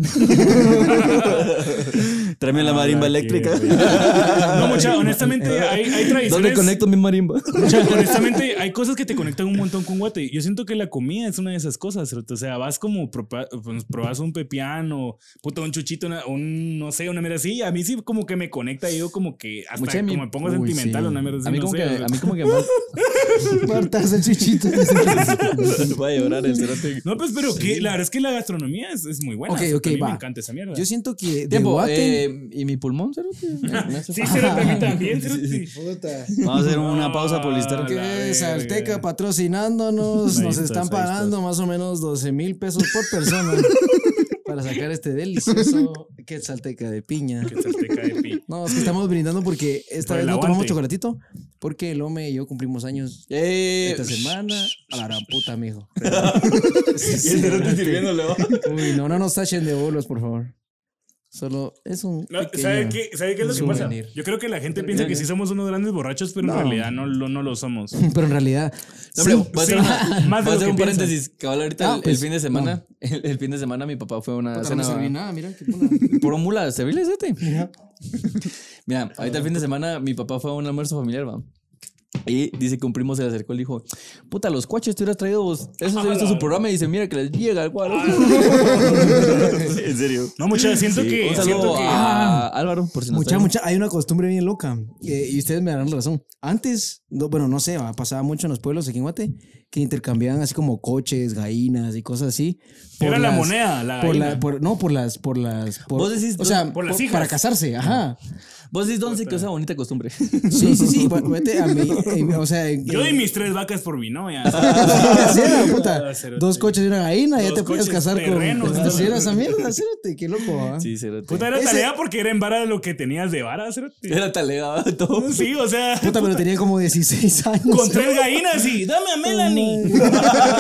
tráeme la marimba Ah, eléctrica. qué bello. No, mucha, honestamente, hay, hay ¿Dónde tradiciones. conecto mi marimba? Mucha, honestamente, hay cosas que te conectan un montón con Guate. Yo siento que la comida es una de esas cosas. ¿cierto? O sea, vas como propa- pues, probas un pepiano, puta, un chuchito, una- un no sé, una mierda así. A mí sí, como que me conecta. y Yo, como que hasta Mucha de mi- como me pongo Uy, sentimental, sí. una mierda así. A mí no como sé, que, o sea. a mí como que más- Partas el chichito. Va a llorar el cerote. No, pues, pero que la verdad es que la gastronomía es, es muy buena. Ok, o sea, ok, a mí va. me encanta esa mierda. Yo siento que. de Tiempo, Guate- eh, ¿y mi pulmón, cerote? Me hace sí, falta. pero a mí también. ¿cierto? Sí. Puta. Vamos a hacer una pausa publicitaria. A la Que Salteca verga. patrocinándonos, Ahí nos estás, están ahí pagando más o menos 12 mil pesos por persona para sacar este delicioso Quetzalteca de piña. Que salteca de pi. No, es que estamos brindando porque esta Por vez el no tomamos aguante. chocolatito, porque el Ome y yo cumplimos años Eh, Este esta semana. A la gran puta, mijo. Y el cerote sirviéndole, va. Uy, no, no nos tachen de bolos, por favor. Solo es un. No, pequeño- ¿sabe, qué, sabe qué es lo que pasa? Souvenir. Yo creo que la gente piensa que sí somos unos grandes borrachos, pero en realidad no lo, no lo somos. Pero en realidad. No, hombre, sí, voy a hacer, sí, una- más de voy a lo hacer que un piensas. paréntesis. Cabal, ahorita Ah, el- el, pues, fin de semana, el, el fin de semana mi papá fue a una Puta, cena. no serví nada, mira, qué pula. Puro mula, ¿se vile sete? Ah, Mira, ahorita el fin de semana mi papá fue a un almuerzo familiar, va. Y dice que un primo se le acercó y le dijo: Puta, los cuaches te hubieras traído vos. Eso se visto su programa y dice: Mira que les llega el cuadro. en serio. No, muchachos, siento que. Un siento saludo que a Ah, Álvaro, por si no Mucha, mucha, hay una costumbre bien loca eh, y ustedes me darán la razón. Antes, no, bueno, no sé, va, pasaba mucho en los pueblos aquí en Guate que intercambiaban así como coches, gallinas y cosas así. por Era la las- moneda, la por gallina. la, por- No, por las. Por las por- Vos decís- o sea, por las hijas. para casarse, ajá. Vos decís, ¿dónde se quedó esa bonita costumbre? Sí, sí, sí. bueno, vete a mí, eh, o sea, en- Yo di mis tres vacas por mi novia. Sí, era, puta. Ah, cerote. Dos coches y una gallina, ya Dos te puedes coches, casar terrenos, con. este, ¿no? Si era esa mierda, cérate, qué loco. ¿ah? Sí, cérate. Puta, era Ese- tarea porque era en vara lo que tenías de vara, cerote. Era talega todo. Sí, o sea, Puta, pero tenía como 16 años. con tres gallinas y dame a Melanie.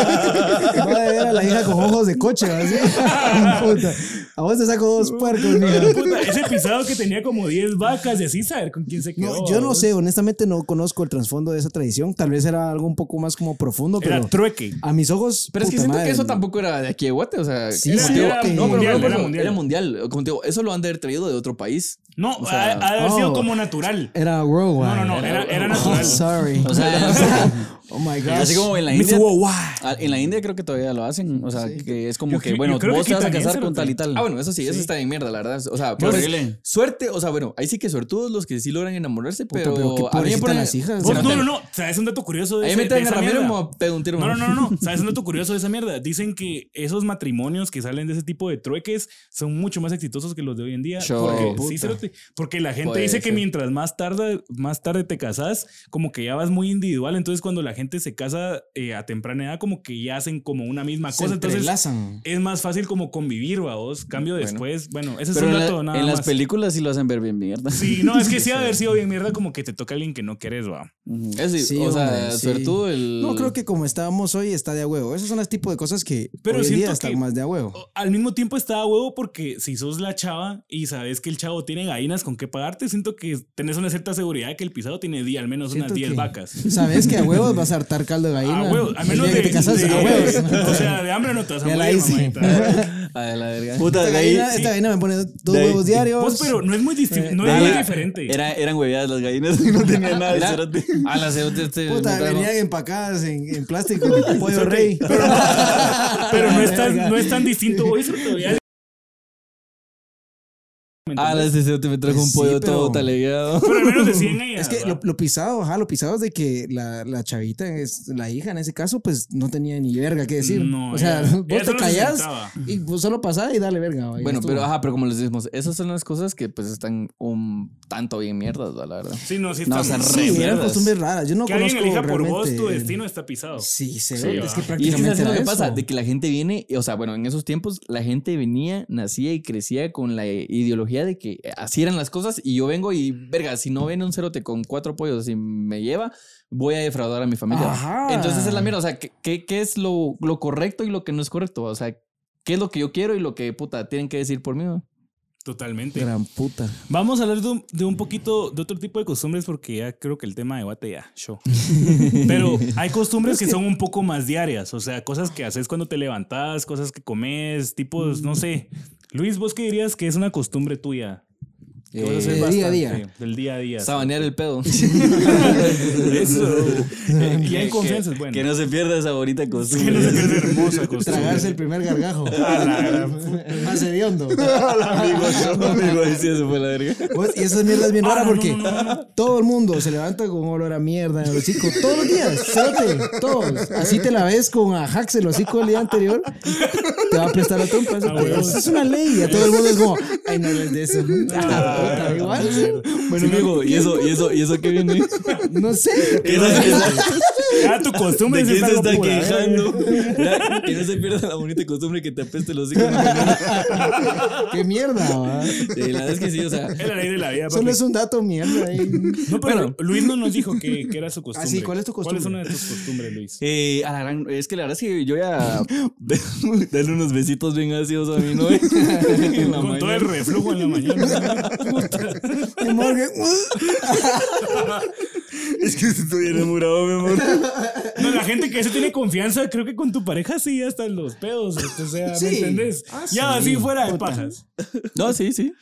Madre, era la hija con ojos de coche, así. Puta. A vos te saco dos puercos, mija. Puta, ese pisado que tenía como 10 vacas y así saber con quién se quedó. No, yo no sé, honestamente no conozco el trasfondo de esa tradición. Tal vez era algo un poco más como profundo, Era pero trueque. a mis ojos. Pero es que puta siento madre, que eso tampoco era de aquí de Guate, o sea, Sí, como sí, te digo, era no, pero mundial, no, pero era era mundial. mundial. como te digo, eso lo han de haber traído de otro país. No, O sea, ha, ha de haber sido oh. como natural. Era worldwide. No, no, no, era, era Oh, natural. sorry. O sea, Oh my así gosh. como en la Miss India. Worldwide. a- En la India creo que todavía lo hacen, o sea, que es como Yo que, creo- bueno, yo creo que vos aquí te vas a también casar se con lo tal y traen. tal. Ah, bueno, eso sí, eso está en mierda, la verdad. O sea, Qué pues, horrible. suerte, o sea, bueno, ahí sí que suertudos los que sí logran enamorarse, Puta, pero, pero qué a mí me pobrecitas ponen- las hijas. Vos, Se no, notan- no, no. ¿Sabes un dato curioso de Ahí ese- me de traen a esa Ramiro mierda? como pedo un tiro. No, no, no, no, no. ¿Sabes un dato curioso de esa mierda? Dicen que esos matrimonios que salen de ese tipo de trueques son mucho más exitosos que los de hoy en día. Chao. Porque, Puta. sí, cerote, porque la gente Puede dice que ser. mientras más tarde, más tarde te casas, como que ya vas muy individual. Entonces, cuando la gente se casa eh, a temprana edad, como que ya hacen como una misma Se cosa. Entonces, entrelazan. es más fácil como convivir, ¿va vos. Cambio Bueno. después. Bueno, ese es Pero un en, la- dato nada en más. las películas sí lo hacen ver bien mierda. Sí, no, es que sí ha de haber sido bien mierda como que te toca alguien que no quieres, va. Ujú. Eso sí, Sí, o sea, hombre, sí. suertudo el... No, creo que como estábamos hoy está de a huevo. Esos son los tipos de cosas que Pero hoy en siento día están que- más de a huevo. Oh. O- Al mismo tiempo está a huevo porque si sos la chava y sabes que el chavo tiene gallinas con qué pagarte, siento que tenés una cierta seguridad de que el pisado tiene di- al menos Siento unas 10 que- vacas. Sabes que a huevos vas a hartar caldo de gallina. A huevo, a El menos día de, que te casas, de- a huevos. O sea, de hambre no te vas a Ya la morir, hice. mamita. A la verga. Puta, Esta de ahí. gallina, esta gallina me pone dos De ahí- huevos diarios. Vos, pero no es muy, disti- no es de muy ahí- diferente. Era, eran hueveadas las gallinas y no tenían nada de cerote. A la cerote este- Puta, no, venían empacadas en, en plástico. pollo rey. Pero no es tan, no es tan distinto hoy, sobre todo ya- A la cerote me trajo Pues un sí, pollo pero- todo talegueado. Pero al menos decían ella. Es que lo, lo pisado, ajá, lo pisado es de que la, la chavita, es, la hija en ese caso, pues no tenía ni verga que decir. No, o sea, ella- ella vos te solo se callás sentaba. y vos solo pasás y dale verga. güey, Bueno, estuvo. pero ajá, pero como les decimos, esas son las cosas que pues están un tanto bien mierdas, la verdad. Sí, no, sí, está No, o sea, muy- re Sí, eran mierdas. costumbres raras. Yo no que conozco alguien elija por realmente vos tu el- destino está pisado. Sí, se Sí, ve. va. es que Y es que Y es que prácticamente ¿sabes qué es lo era que eso. pasa, de que la gente viene, o sea, bueno, en esos tiempos la gente venía, nacía y crecía con la ideología de que así eran las cosas y yo vengo y, verga, si no viene un cerote con cuatro pollos y me lleva, voy a defraudar a mi familia. Ajá. Entonces es la mierda, o sea, ¿qué, qué, qué es lo, lo correcto y lo que no es correcto? O sea, ¿qué es lo que yo quiero y lo que, puta, tienen que decir por mí? no? Totalmente. Gran puta. Vamos a hablar de un, de un poquito, de otro tipo de costumbres, porque ya creo que el tema de Guate ya, show. Pero hay costumbres que, son un poco más diarias, o sea, cosas que haces cuando te levantás, cosas que comes, tipos, Mm. no sé. Luis, ¿vos qué dirías que es una costumbre tuya? Que vos Eh, haces de día a bastante, día. Del día a día. Sabanear el pedo. Eso. Eh, ya en confianza es bueno. Que no se pierda esa bonita Que costumbre. no sé qué es hermosa Tragarse costumbre. el primer gargajo. la gran Más hediondo. Amigo, yo, amigo, sí, eso fue la verga. Pues, Y esas mierdas bien Ah, raras no, no, porque no, no, no. todo el mundo se levanta con olor a mierda en el hocico todos los días. cerote, todos. Así te la ves con ajax el hocico el día anterior. Te va a prestar la trompa. eso Ah, bueno. es una ley. Y a todo el mundo es como, ay, no hables de eso. Ah, Puta, igual. Bueno, amigo, ¿y eso, y eso, y eso qué viene? No sé. Esa, esa- Ya Ah, tu costumbre ¿De es quién se esta está locura, ¿eh? quejando? Ya, que no se pierda la bonita costumbre que te apeste los hijos. ¡Qué mierda! Ah, va. Sí, la verdad es que sí, o sea. Es la ley de la vida. papi. Solo es un dato mierda. ahí. No, pero Luis no nos dijo que, que era su costumbre. Ah, sí, ¿cuál es tu ¿Cuál es costumbre? una de tus costumbres, Luis? Eh, a la gran- es que la verdad es que yo ya darle unos besitos bien ácidos a mi novia. En la Con todo el mañana. reflujo en la mañana. Mi amor, que- Es que estoy enamorado, mi amor. No, la gente que se tiene confianza, creo que con tu pareja sí, hasta en los pedos. O sea, Sí. ¿me entendés? Ah, ya, sí, así fuera de puta. pajas. No, sí, sí.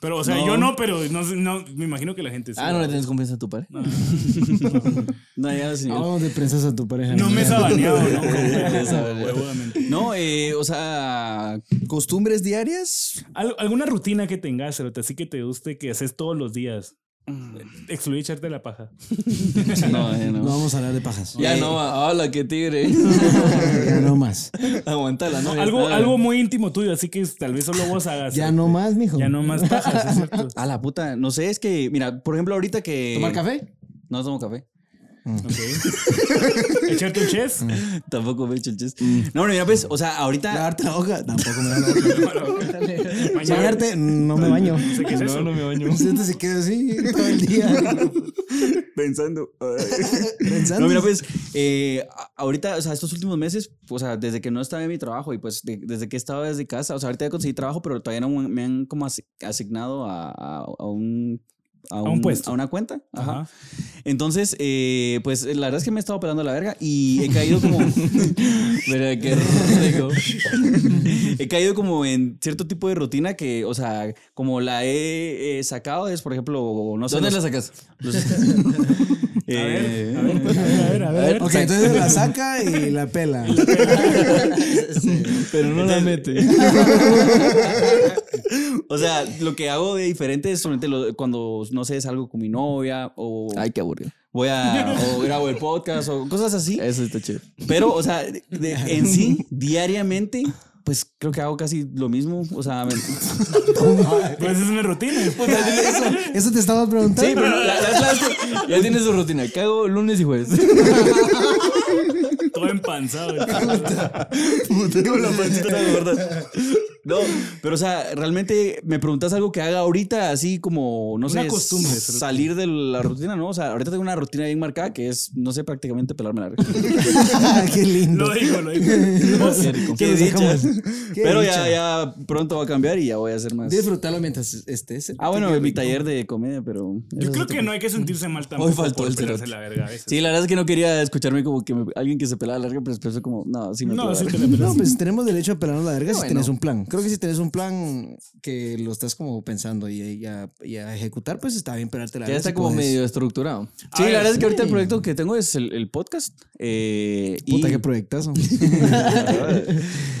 Pero, o sea, No. yo no, pero no, sé, no, me imagino que la gente sí. Ah, no le tienes confianza a tu padre. No, ya, señor. Hablamos de prensas a tu pareja. No me he sabaneado, ¿no? Ya sabes. Huevudamente. No, eh, o sea, costumbres diarias. Al- ¿Alguna rutina que tengas, pero así que te guste que haces todos los días? Mm. Excluir echarte la paja. No, eh, No vamos a hablar de pajas. Ya no, ah, hola, qué tigre. Ya no más. Aguantala, ¿no? Algo, Ah, algo muy íntimo tuyo, así que tal vez solo vos hagas. Pues, eh. Ya no más, mijo. Ya no más pajas, es cierto. A la puta, no sé, es que, mira, por ejemplo, ahorita que. ¿Tomar café? No tomo café. Ok. Echarte un chess. Tampoco me he hecho el chiste. No, bueno, mira, pues, o sea, ahorita. ¿Lavarte la hoja? Tampoco me da la hoja. ¿Bañarte? No me baño. No sé qué es eso. me baño. Usted se queda así todo el día. Pensando. Pensando. No, mira, pues, eh, a- ahorita, o sea, estos últimos meses, o sea, desde que no estaba en mi trabajo y pues de- desde que estaba desde casa, o sea, ahorita ya conseguí trabajo, pero todavía no me han como asi- asignado a, a- a un. A un puesto. A una cuenta. Ajá. Ajá. Entonces, eh, pues la verdad es que me he estado pelando la verga y he caído como. Mira, qué rico. he caído como en cierto tipo de rutina que, o sea, como la he eh, sacado es, por ejemplo, no sé. ¿Dónde la los- sacas? A Eh, ver, pues, a ver, a ver, a ver. Ok, entonces la saca y la pela. Pero no la mete. o sea, lo que hago de diferente es solamente lo- cuando, no sé, salgo con mi novia o Ay, qué aburrido. voy a o grabo el podcast o cosas así. Eso está chido. Pero, o sea, de- de- en sí, diariamente, pues creo que hago casi lo mismo. O sea, me- sí, Pues es una rutina. Eso, eso te estaba preguntando. pero la- la- la- es que- Ya tiene su rutina. ¿Qué hago lunes y jueves? Todo empanzado. Tengo la pancita gorda. No, pero o sea, realmente me preguntas algo que haga ahorita, así como, no Una sé, costumbre, s- pero- salir de la rutina, ¿no? O sea, ahorita tengo una rutina bien marcada que es, no sé, prácticamente pelarme la verga. Qué lindo. Lo digo, lo digo. Vos- Qué Nos dicha. dejamos. Qué Pero dicha. ya, ya pronto va a cambiar y ya voy a hacer más. Disfrútalo mientras estés. Ah, bueno, mi taller de comedia, pero. Yo creo que no hay que sentirse mal tampoco. Hoy faltó por el pelarse cerote. la verga a veces. Sí, la verdad es que no quería escucharme como que me- alguien que se pelaba la verga, pero después fue como, no, sí me No, pelo sí la te verga. la pelas. No, pues tenemos derecho a pelarnos la verga si Bueno. tenés un plan. Creo que si tenés un plan que lo estás como pensando y, y a, y a ejecutar, pues está bien pelarte la Ya verga. está si como podés. medio estructurado. Sí, A la ver, verdad es que ahorita el proyecto que tengo es el, el podcast. eh, Puta, y- qué proyectazo.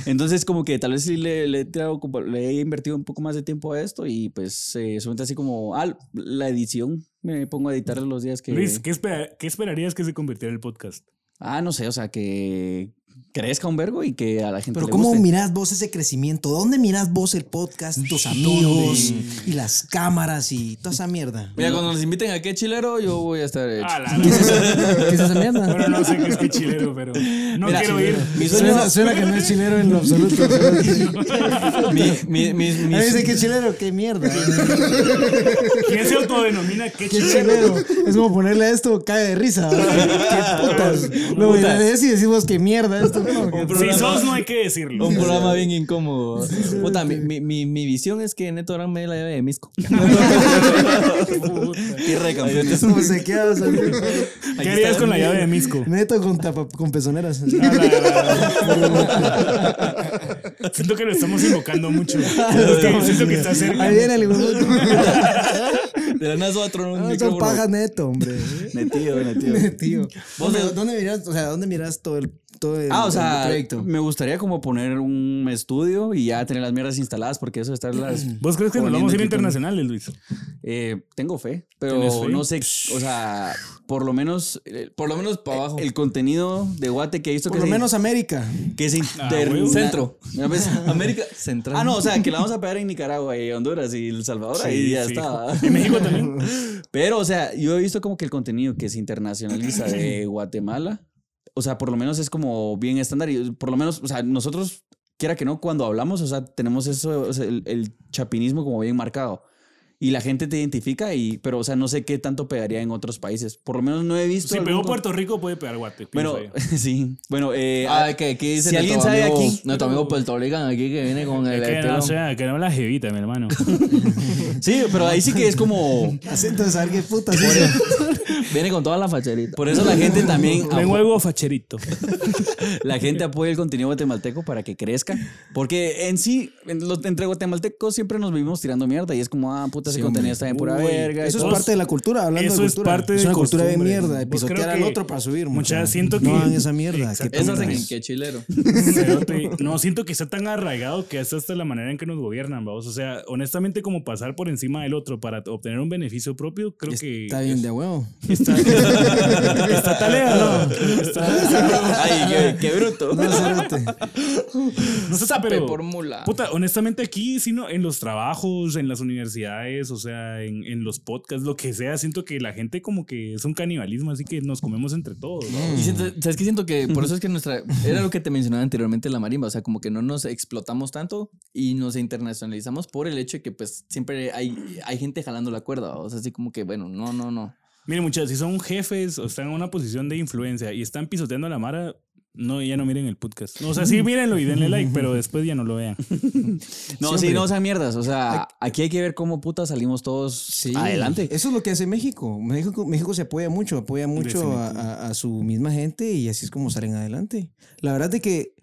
Entonces, como que tal vez sí le, le he tirado como- le he invertido un poco más de tiempo a esto y pues eh, solamente así como, ah, la edición, me pongo a editar los días que... Luis, ¿qué, espera- qué esperarías que se convirtiera el podcast? Ah, no sé, o sea, que crezca un vergo y que a la gente... Pero le ¿cómo guste. mirás vos ese crecimiento? ¿Dónde mirás vos el podcast, tus amigos y las cámaras y toda esa mierda? Mira, cuando nos inviten a qué chilero, yo voy a estar eh, hecho. A la ¿Qué es esa, qué es esa mierda? Bueno, no sé qué es que chilero, pero no Mira, quiero chilero. ir. Mi sueño- Suena, suena que no es chilero en lo absoluto. Ah, Mi, mi, mi, mi- Me dice que es chilero, qué mierda. ¿Quién se autodenomina qué Qué chilero? chilero. Es como ponerle a esto, cae de risa. ¿verdad? Qué putas. Lo Putas. lees y decimos qué mierda esto. ¿no? Que- Si sos, no hay que decirlo. un programa bien incómodo. Puta, mi, mi, mi, mi visión es que Neto ahora me dé la llave de Misco. Puta. Tierra de campeones. Como se queda, o sea, ¿Qué harías con la llave de Misco? Neto con, tapa, con pezoneras. A la- a la- Siento que lo estamos invocando mucho. Siento que, siento que está cerca. Ahí viene el De la nada Ah, otro un No, son micrófono. pajas neto, hombre. Metido, metido. Tío. ¿Dónde, dónde miras, o sea, dónde miras todo el todo el, Ah, o el sea, proyecto. me gustaría como poner un estudio y ya tener las mierdas instaladas porque eso de estar las... ¿Vos crees que nos Poniendo vamos a ir aquí internacionales, Luis? eh, tengo fe, ¿Tienes pero fe? no sé, o sea, por lo menos... eh, Por lo menos para abajo. El contenido de Guate que he visto Por que lo se- menos América. que se Ah, interna- huevo. Centro. Ya ves. América Central. Ah, no, o sea, que la vamos a pegar en Nicaragua y Honduras y El Salvador y Sí, ya sí. está. En México también. Pero, o sea, yo he visto como que el contenido que se internacionaliza de Guatemala, o sea, por lo menos es como bien estándar y por lo menos, o sea, nosotros, quiera que no, cuando hablamos, o sea, tenemos eso, o sea, el, el chapinismo como bien marcado. Y la gente te identifica, y, pero, o sea, no sé qué tanto pegaría en otros países. Por lo menos no he visto. Si algún pegó con- Puerto Rico, puede pegar Guate. pienso Bueno, yo. sí. Bueno, eh, Ah, que aquí dice Si alguien nuestro sabe amigo- aquí- Nuestro amigo puertorricano aquí que viene con el. Que estilo- no, sea, que no la jevita, mi hermano. sí, pero ahí sí que es como. Entonces, a ver qué puta. Viene con toda la facherita. Por eso la gente también. Vengo algo facherito. La gente apoya el contenido guatemalteco para que crezca. Porque en sí, en los- entre guatemaltecos siempre nos vivimos tirando mierda y es como, ah, puta, ese Sí, contenido hombre. está bien pura Uy, verga. y Eso es todo. Vos- parte de la cultura, hablando eso de es cultura. parte de una cultura de costumbre. mierda, de Vos creo pisotear al que- otro para subir. Mucha, mucha. siento que- No hagan esa mierda. Exacto. qué Eso tontas. hacen en qué chilero. Cerote. No, siento que está tan arraigado que es hasta la manera en que nos gobiernan, vamos. O sea, honestamente, como pasar por encima del otro para obtener un beneficio propio, creo que. Está bien de huevo. Está, está tarea, ¿no? Está- Ay, qué, qué bruto. No, cerote. no sé, pero. Por mula. Puta, honestamente aquí, sino en los trabajos, en las universidades, o sea, en, en los podcasts, lo que sea, siento que la gente como que es un canibalismo, así que nos comemos entre todos. ¿no? Y siento- ¿Sabes qué siento que por eso es que nuestra era lo que te mencionaba anteriormente la marimba, o sea, como que no nos explotamos tanto y nos internacionalizamos por el hecho de que pues siempre hay hay gente jalando la cuerda, ¿va? o sea, así como que bueno, no, no, no. Miren, muchachos, si son jefes o están en una posición de influencia y están pisoteando a la Mara, no, ya no miren el podcast. O sea, sí, mírenlo y denle like, pero después ya no lo vean. No, sí, no, o sea, mierdas. O sea, aquí hay que ver cómo puta salimos todos Sí. adelante. Eso es lo que hace México. México, México se apoya mucho, apoya mucho a, a- a su misma gente y así es como salen adelante. La verdad es que,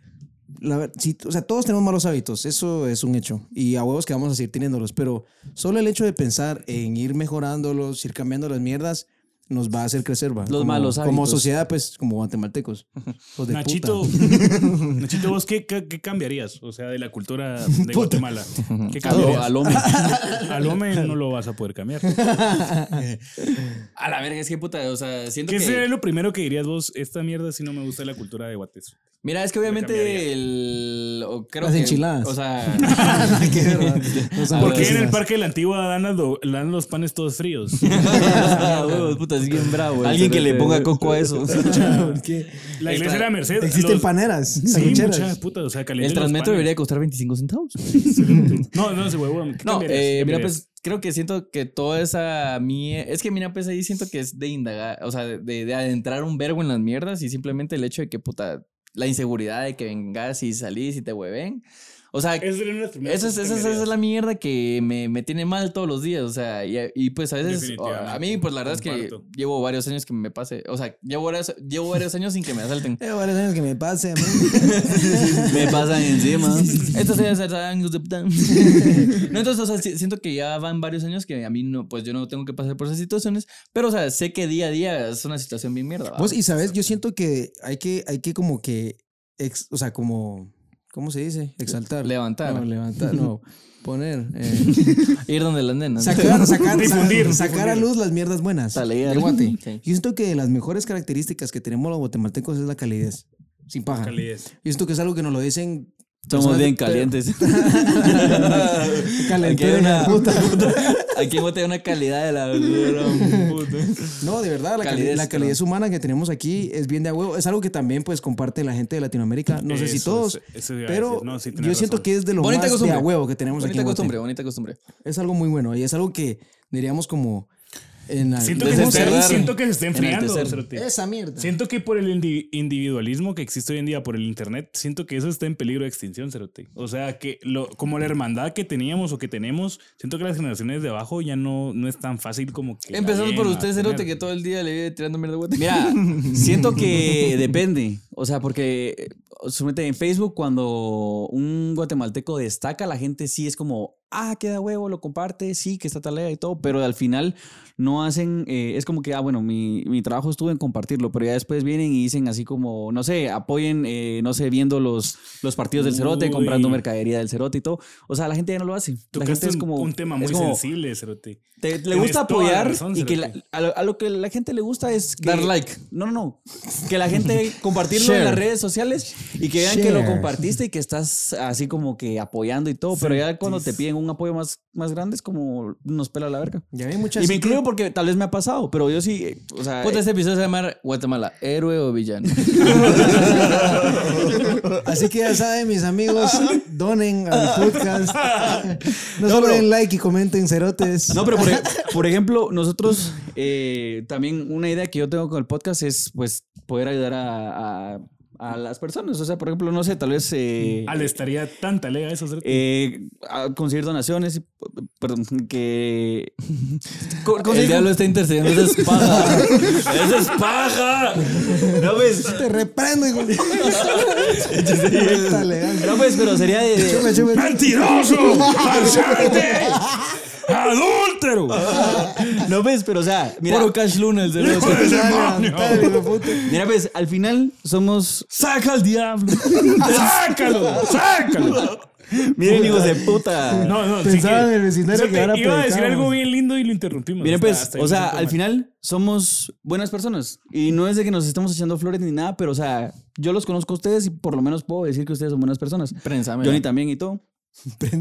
la, ver- sí, o sea, todos tenemos malos hábitos, eso es un hecho. Y a huevos que vamos a seguir teniéndolos, pero solo el hecho de pensar en ir mejorándolos, ir cambiando las mierdas, nos va a hacer crecer, ¿va? Los malos Como hábitos. sociedad, pues, como guatemaltecos. Hijos de Nachito, puta. Nachito, ¿vos qué, qué, qué cambiarías? O sea, de la cultura de Guatemala. ¿Qué Todo cambiarías? al hombre. Al hombre no lo vas a poder cambiar. A la verga, es que puta, o sea, siento ¿Qué que sería lo primero que dirías vos? Esta mierda si no me gusta la cultura de Guates. Mira, es que cambiaría. obviamente el o creo Las que enchiladas. o sea, Nada que ver, ¿va? No son ¿Por qué en el progresistas. parque de la antigua dan, las do- dan los panes todos fríos? Ah, huevos, puta, es bien bravo. el Alguien que le cerote, ponga güey. coco a eso. ¿Por qué? La iglesia de la Merced. Existen los- paneras, Sí, sangucheras. mucha puta, o sea, caliente El los Transmetro panes. debería costar 25 centavos. No, no, se huevón. ¿Qué No, cambiarías? eh, ¿Qué mira, cambiarías? pues creo que siento que toda esa mie- Es que mira, pues ahí siento que es de indagar, o sea, de, de adentrar un vergo en las mierdas y simplemente el hecho de que puta, la inseguridad de que vengas y salís y te hueven. O sea, Esas serían las primeras esa es, cosas esa, que es- esa es la mierda que me, me tiene mal todos los días. O sea, y, y, pues a veces, o- a mí, pues la verdad es que Comparto. llevo varios años que me pase. O sea, llevo varios, llevo varios años sin que me asalten. Llevo Eh, varios años que me pase, man. Me pasan encima. Estos años eran los de- No, entonces, o sea, si- siento que ya van varios años que a mí no, pues yo no tengo que pasar por esas situaciones, pero, o sea, sé que día a día es una situación bien mierda. ¿va? Vos, y sabes, yo siento que hay que, hay que como que, ex- o sea, como, ¿cómo se dice? Exaltar. Levantar. No, levantar, no. Poner. eh, Ir donde las nenas. sacar, sacar, Difundir, sacar a difundir. luz las mierdas buenas. Talear. del guate. Sí. Yo siento que de las mejores características que tenemos los guatemaltecos es la calidez. Sin paja. Yo Calidez. siento que es algo que nos lo dicen. Somos personas de- bien calientes. Aquí hay Calentera, una- puta. Aquí en Guate hay una calidad de la verdura. No, de verdad, la Calidez, calidez, la calidez humana que tenemos aquí es bien de a huevo. Es algo que también pues comparte la gente de Latinoamérica. No sé si Eso, todos, eso, eso iba a pero decir. No, sí, yo tenés siento razón. que es de lo Bonita más costumbre. de a huevo que tenemos aquí. Bonita en Guate. costumbre, bonita costumbre. Es algo muy bueno y es algo que diríamos como en la- Siento que, Desde no sé, enterrar, siento que se está enfriando. enaltecer. cerote. esa mierda. Siento que por el indi- individualismo que existe hoy en día, por el internet, siento que eso está en peligro de extinción, Cerote. O sea, que lo, como la hermandad que teníamos o que tenemos, siento que las generaciones de abajo ya no, no es tan fácil como que. Empezando la por lleguen usted, a Cerote, que tener. todo el día le vive tirando mierda a Guate. Mira, siento que depende. O sea, porque, Solamente en Facebook, cuando un guatemalteco destaca, la gente sí es como, ah, queda huevo, lo comparte, sí, que está tarea y todo, pero al final no hacen, eh, es como que, ah, bueno, mi, mi trabajo estuvo en compartirlo, pero ya después vienen y dicen así como, no sé, apoyen, eh, no sé, viendo los, los partidos del cerote, Uy. comprando mercadería del cerote y todo. O sea, la gente ya no lo hace. La gente Tocaste un, como, un tema es muy como, sensible, Cerote. te- le Tienes gusta toda la apoyar razón, y que Cerote. la- a, lo, a lo que la gente le gusta es que- Dar like. No, no, no. Que la gente compartirlo en Share. las redes sociales y que vean que lo Share. compartiste y que estás así como que apoyando y todo. Pero ya cuando te piden un apoyo más, más grande es como nos pela la verga. Ya hay muchas. Y me incluyo porque tal vez me ha pasado, pero yo sí, eh, o sea, Puta, eh, este episodio se va a llamar Guatemala, héroe o villano. Así que ya saben, mis amigos, donen al podcast. No, solo den like y comenten cerotes. eh, No, pero por, ej- por ejemplo, nosotros eh, también una idea que yo tengo con el podcast es pues poder ayudar a, a- a las personas. O sea, por ejemplo, no sé, tal vez... eh, Al estaría tan talega eso, Cerote. eh, a conseguir donaciones, y, p- perdón, que... co- El conseguir- diablo está intercediendo esa espada. ¡Esa es paja! No, pues, Te reprendo, hijo. Métale, dale. no, pues, pero sería de... de- Chupe, chupe. ¡Mentiroso! ¡Farsante! ¡Adúltero! no, pues, pero o sea, mira, Puro Cash Luna, el cerote. ¡Hijo de Dale, demonio! dale, hijo de puta. mira, pues, al final somos... ¡Saca al diablo! ¡Sácalo! ¡Sácalo! Miren, hijos de puta. No, no, sí Pensaba en el vecindario Cerote, que ahora Iba a decir predicábamos. algo bien lindo y lo interrumpimos. Miren, Hasta- pues, hasta ahí o me sea, siento al mal. final somos buenas personas. Y no es de que nos estemos echando flores ni nada, pero, o sea, yo los conozco a ustedes y por lo menos puedo decir que ustedes son buenas personas. Prensame. Johnny también y todo.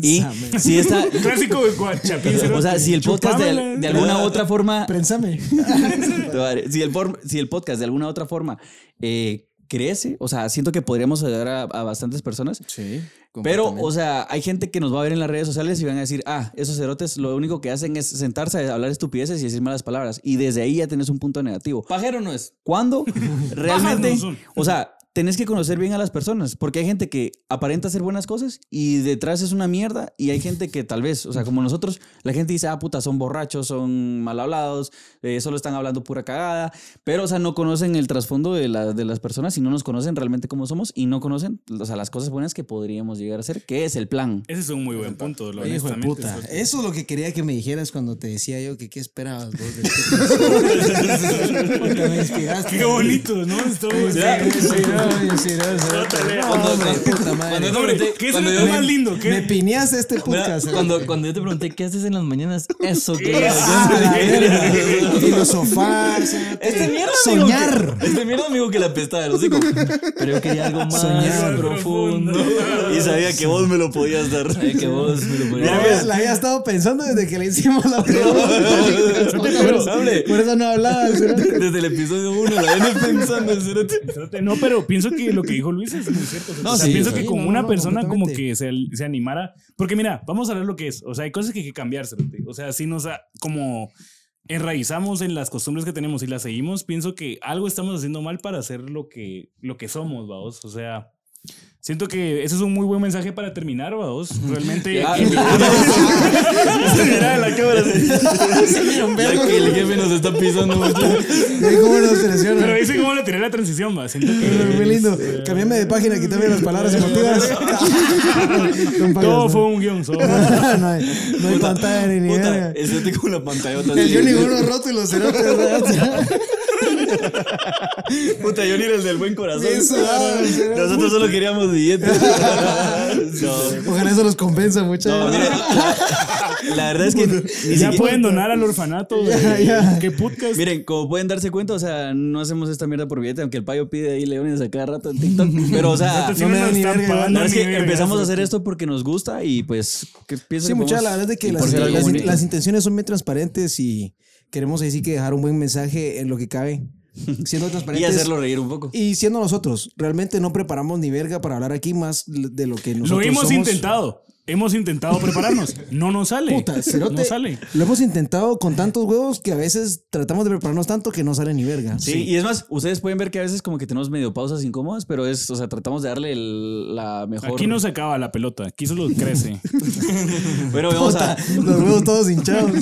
Y si esta. Clásico de Guachapín. O sea, Cerote. si el podcast de, Chupámela. de alguna u otra forma. Prensame. Si el, form- si el podcast de alguna u otra forma eh, crece, o sea, siento que podríamos ayudar a, a bastantes personas. Sí. Pero, completamente. o sea, hay gente que nos va a ver en las redes sociales y van a decir, ah, esos cerotes lo único que hacen es sentarse a hablar estupideces y decir malas palabras. Y desde ahí ya tenés un punto negativo. Pajero no es. ¿Cuándo realmente? Bajas no son. O sea, tenés que conocer bien a las personas, porque hay gente que aparenta hacer buenas cosas y detrás es una mierda, y hay gente que tal vez, o sea, como nosotros, la gente dice, ah, puta, son borrachos, son mal hablados, eh, solo están hablando pura cagada, pero, o sea, no conocen el trasfondo de, la- de las personas y no nos conocen realmente como somos y no conocen, o sea, las cosas buenas que podríamos llegar a ser, que es el plan. Ese es un muy buen punto, lo Hijo de honestamente. puta. Eh, Cerote. Eso es lo que quería que me dijeras cuando te decía yo que qué esperabas vos del Porque me inspiraste. Qué bonito, ¿no? Está muy Sí, bien. sí, sí, no, sí, no, sí, no. Ótale. No, hombre, puta madre. Cuando- Hombre, Hombre, ¿Qué es cuando lo yo- más lindo? ¿Qué? Me piñaste este Mira, podcast. cuando, cuando yo te pregunté qué haces en las mañanas, eso que Eso. Ah, la verga. Filosofar. Este mierda amigo, Soñar. que- este mierda amigo que la pesta de los hijos. Pero yo quería algo más Soñar. profundo. Y sabía que vos me lo podías dar. Ay, que vos me lo La ponías. había, la había estado pensando desde que le hicimos la pregunta. Por eso- Por eso no hablaba. Desde el episodio 1 la viene pensando el cerote. Cerote, No, pero pienso que lo que dijo Luis es muy cierto. Cerote. No, o sea, sí, pienso sí. que Sí, con no, una no, no, persona como completamente. que se, se animara. Porque mira, vamos a ver lo que es. O sea, hay cosas que hay que cambiar, Cerote. O sea, si nos ha- como enraizamos en las costumbres que tenemos y las seguimos, pienso que algo estamos haciendo mal para hacer lo que, lo que somos, vaos. O sea. Siento que ese es un muy buen mensaje para terminar, vaos. Realmente. Este, Ya. Mira, la cámara se- Ya que el jefe nos está pisando mucho. ¿Cómo lo selecciono? Pero dice cómo le tiré la transición, va. Siento que este, Muy lindo. Cambiame de página, quítame las palabras emotivas. Don Payas, todo ¿no? fue un guión solo. no hay, no hay pantalla ni ni Puta, verga. el este cerote con la pantallota. El así. Johnny Gordo roto y los cerotes. ¿verdad? Puta, yo ni era el del buen corazón. Bien sudado, el cerote. Nosotros solo queríamos billetes. No. Ojalá eso los compensa, muchachos. La verdad es que ni ya siquiera- pueden donar al orfanato. güey. Ya, ya. Qué podcast. Miren, como pueden darse cuenta, o sea, no hacemos esta mierda por billete, aunque el payo pide ahí leones a cada rato en TikTok. Pero, o sea, Sí no me me da lo ni están verga, pagando, no, es ni que verga, empezamos a hacer güey. esto porque nos gusta y pues, ¿qué pienso Sí, que mucha, podemos- la verdad es de que y las, por ser algo las- bonito. las intenciones son bien transparentes y queremos ahí sí que dejar un buen mensaje en lo que cabe. Siendo Y transparentes. hacerlo reír un poco. y siendo nosotros. Realmente no preparamos ni verga para hablar aquí más de lo que nosotros Lo hemos somos. intentado. Hemos intentado prepararnos. No nos sale. Puta, cerote. No sale. Lo hemos intentado con tantos huevos que a veces tratamos de prepararnos tanto que no sale ni verga. Sí, y es más, ustedes pueden ver que a veces como que tenemos medio pausas incómodas, pero es, o sea, tratamos de darle el- la mejor. Aquí no se acaba la pelota. Aquí solo crece. Bueno, vamos a, Los huevos todos hinchados.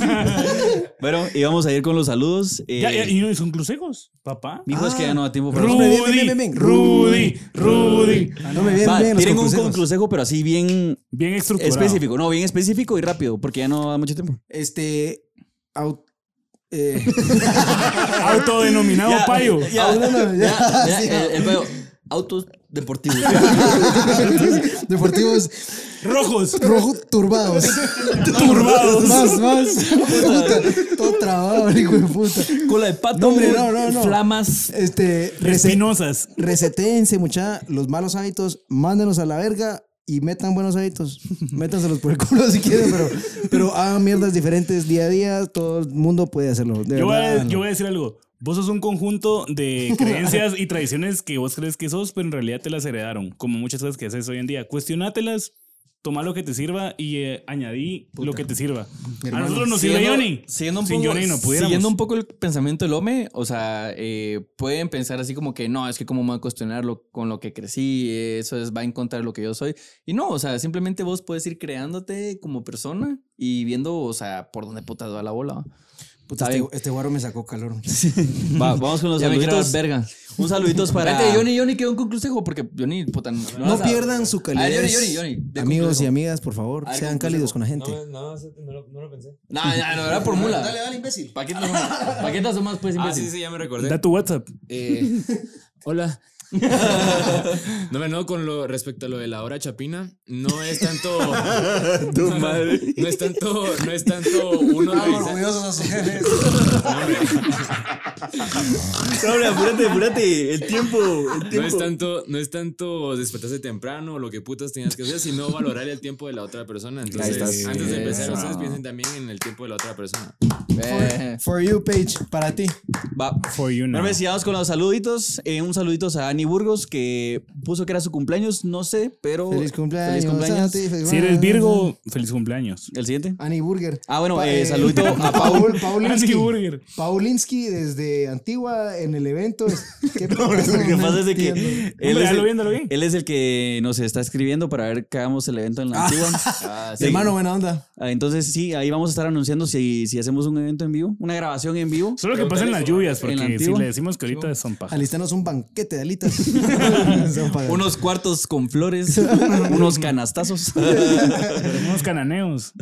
bueno, y vamos a ir con los saludos. Eh, Ya, ya, y Ah, no son consejos, papá. mijo, es que ya no da tiempo para Ru- Rudy, ven, ven, ven, ven. Rudy, Rudy. No me ven Va, bien los tienen un conclusivos. consejo, pero así bien Bien estructurado. específico. No, bien específico y rápido, porque ya no da mucho tiempo. Este. au- eh, Autodenominado payo. Ya, Ah, no, no, ya, ya, ya, eh. sí, el- el payo. Autos deportivos. deportivos Rojos. rojo turbados. Turbados. Más, más. Puta, todo trabado, hijo de puta. Cola de pato. No, hombre, no, no, no. Flamas. Este. rese- Espinosas. Resetéense, mucha, los malos hábitos, mándenos a la verga y metan buenos hábitos. Métanselos por el culo si quieren, pero, pero hagan mierdas diferentes día a día. Todo el mundo puede hacerlo. de Yo voy, a, verdad, yo voy a decir algo. Vos sos un conjunto de creencias y tradiciones que vos crees que sos, pero en realidad te las heredaron, como muchas cosas que haces hoy en día. Cuestionátelas, toma lo que te sirva y eh, añadí lo que te sirva. a nosotros nos sirve Siguiendo- Johnny. Siguiendo un, Sin poco, Johnny no pudiéramos. siguiendo un poco el pensamiento del hombre, o sea, eh, pueden pensar así como que no, es que cómo me voy a cuestionar lo- con lo que crecí, eh, eso es, va en contra de lo que yo soy. Y no, o sea, simplemente vos puedes ir creándote como persona y viendo, o sea, por dónde putas va la bola. Puta, Está este, bien. este guaro me sacó calor. Va, vamos con los Ya me quiero dar saluditos. verga. Un saluditos para. Vente, Johnny, Johnny, quedó un consejo porque Johnny, puta, no, No pierdan su A ver, calidez. Johnny, Johnny, Johnny. de Amigos concluso. y amigas, por favor, Ay, sean concluso. cálidos con la gente. No, no, no, lo- no lo pensé. No, no, no, era por mula. Dale, dale, imbécil. Paquetas nomás, paquetas nomás, pues, Ah, imbécil. sí, sí, ya me recordé. Da tu WhatsApp. Eh, hola. No me no con lo respecto a lo de la hora chapina, no es tanto No es tanto, no es tanto uno Ah, revisar. No, hombre, apúrate, apúrate. El tiempo. El No es tiempo. tanto, no es tanto despertarse temprano, lo que putas tenías que hacer, sino valorar el tiempo de la otra persona. Entonces, estás. antes de empezar, Eso. ustedes piensen también en el tiempo de la otra persona. Eh, For you, Page, para ti. Va. For you now. Bueno, sigamos con los saluditos. Eh, un saluditos a Ani Burgos que puso que era su cumpleaños, no sé, pero. Feliz cumpleaños. Feliz cumpleaños. Santi, feliz Si eres cumpleaños. Virgo, feliz cumpleaños. El siguiente. Annie Burger. Ah, bueno, eh, saludito a Paul. Andy Paulinsky. Burger. Paulinsky desde Antigua en el evento. ¿Qué Lo que pasa es de que él, Hombre, es ya lo vi, el, ya lo vi. él es el que nos está escribiendo para ver que hagamos el evento en la antigua. ah, sí. Hermano, buena onda. Ah, Entonces, sí, ahí vamos a estar anunciando si, si hacemos un evento en vivo, una grabación en vivo. Solo que pasa en las lluvias, En la porque si antigua. le decimos que ahorita son paja. Alistanos un banquete de alitas. Unos cuartos con flores, unos canastazos. Unos cananeos.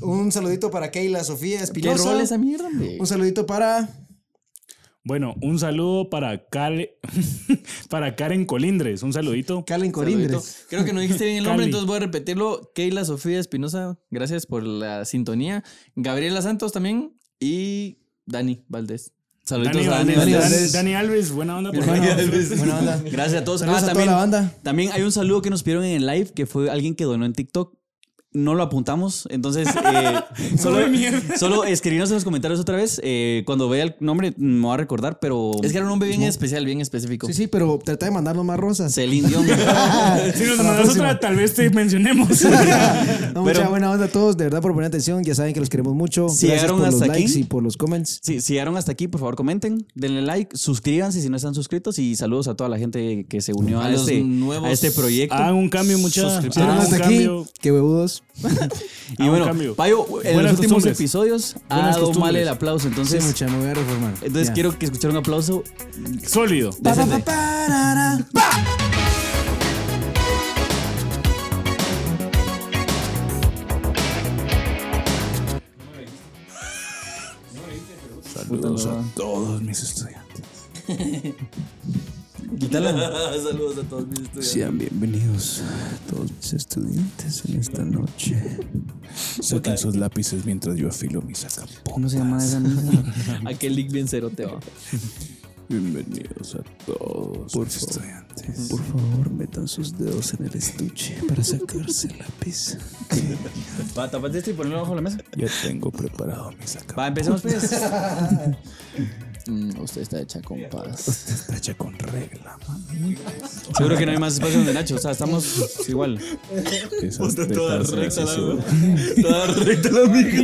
un saludito para Keila Sofía ¿Qué rol Espinosa. esa mierda, hombre? Un saludito para. Bueno, un saludo para, Cal- para Karen Colindres. Un saludito. Calen Corindres. Creo que no dijiste bien el nombre, Cali. entonces voy a repetirlo. Keila Sofía Espinosa, gracias por la sintonía. Gabriela Santos también y Dani Valdés. Saluditos Dani, a Dani, Valdés. Valdés. Valdés. Dan- Dani Alves, buena onda por Bueno, favor. buena onda. Gracias a todos. Saludos Ah, a toda también, la banda. también hay un saludo que nos pidieron en el live que fue alguien que donó en TikTok. No lo apuntamos, entonces eh, solo, solo escribirnos en los comentarios otra vez. eh, cuando vea el nombre me va a recordar, pero Es que era un hombre bien especial, bien específico. Sí, sí, pero trata de mandarnos más rosas. Celine Dion. Si nos A la mandas próxima. otra, tal vez te mencionemos. No, mucha Pero- buena onda a todos, de verdad, por poner atención. Ya saben que los queremos mucho. Si Gracias llegaron por los hasta aquí. likes y por los comments. Sí, si llegaron hasta aquí, por favor comenten, denle like, suscríbanse si no están suscritos y saludos a toda la gente que se unió a, A los este, nuevos- a este proyecto. Hagan un cambio, muchachos. Si llegaron Hagan un hasta aquí, cambio. qué huevudos. Ah, y un bueno, cambio. Payo, en Buenas los últimos costumbres. episodios ha Buenas dado mal costumbres. el aplauso, Sí, entonces, mucha, me voy a reformar. entonces Ya. quiero que escuchar un aplauso. Sólido. Pa, pa, decente. pa, parara. Saludos a todos mis estudiantes. saludos a todos mis estudiantes. Sean bienvenidos todos mis estudiantes en esta noche. Saquen sus lápices mientras yo afilo mis sacapuntas. ¿Cómo se llama esa mierda? Aquel link bien cerote va. Bienvenidos a todos mis estudiantes. Por favor, metan sus dedos en el estuche para sacarse el lápiz. Va, tapate esto y ponelo bajo la mesa. Ya tengo preparado mis sacapuntas. Va, empecemos pues. Mm, usted está hecha con paz. Seguro que no hay más espacio donde Nacho. O sea, estamos igual. Puta, toda recta la Toda recta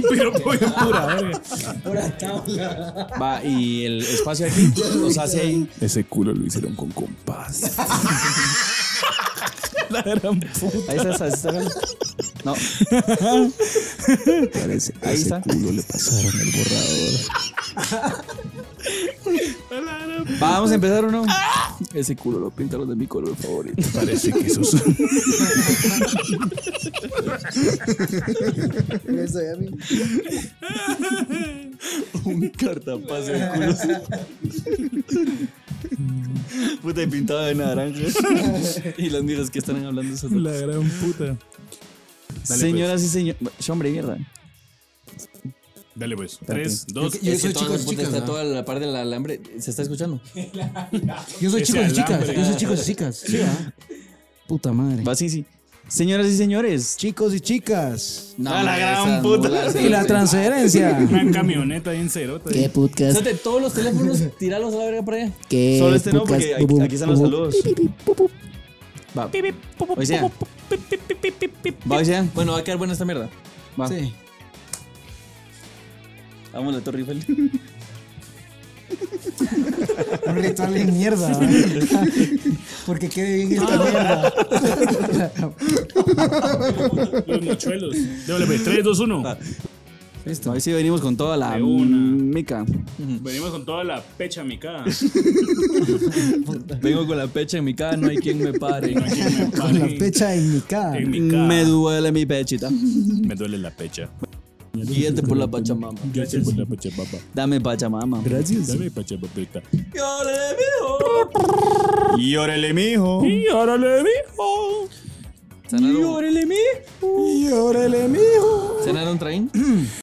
Pero voy a pura verga. Va, y el espacio aquí. O sea, si hay. Ese culo lo hicieron con compás. Ahí está, ahí está, ahí está. No, Parece que Ahí ese está. culo le pasaron el borrador. Vamos a empezar o no. Ah, ese culo lo pintaron de mi color favorito. Parece que sus. Un cartapazo de culo. Puta, y pintado de naranja. y las miras que están hablando esas La gran puta. pues. Señoras y señores. Hombre, mierda. Dale pues. Tres, Yo, dos. yo soy chico chicos, y chicas. Está ¿verdad? toda la parte del alambre. ¿Se está escuchando? Yo soy Ese chico y chicas. alambre. Yo soy chicos y chicas. Sí, ¿ah? ¿verdad? Puta madre. Va, sí, sí. Señoras y señores. Chicos y chicas. No, A la hombre, gran esa no puta. hace. Y la transferencia. Una camioneta bien cerota. podcast. Suéltate todos los teléfonos, tiralos a la verga para allá. ¿Qué Solo este no, porque podcast? aquí, aquí están los saludos. Va. O sea. Va, o sea. Bueno, va a quedar buena esta mierda. Va. Sí. Vamos a la Torre Eiffel. Un ritual de mierda. ¿verdad? Porque quede bien esta mierda. Los mochuelos. Dale pues. Tres, dos, uno. Ahí sí venimos con toda la De una. mica. Venimos con toda la pecha micada. Vengo con la pecha en mi cara, no hay quien me pare. Păi, No hay quien me Con la pare pecha en mi cara. En mi cara. Me duele mi pechita. Me duele la pecha. Guíate por la pachamama. Gracias por la pachapapa. Dame pachamama. Dame pachapapita. Yo le veo. Y órale, mijo. Y ahora le dijo. ¿Cenaron, Y órale, mijo. ¿Cenaron train?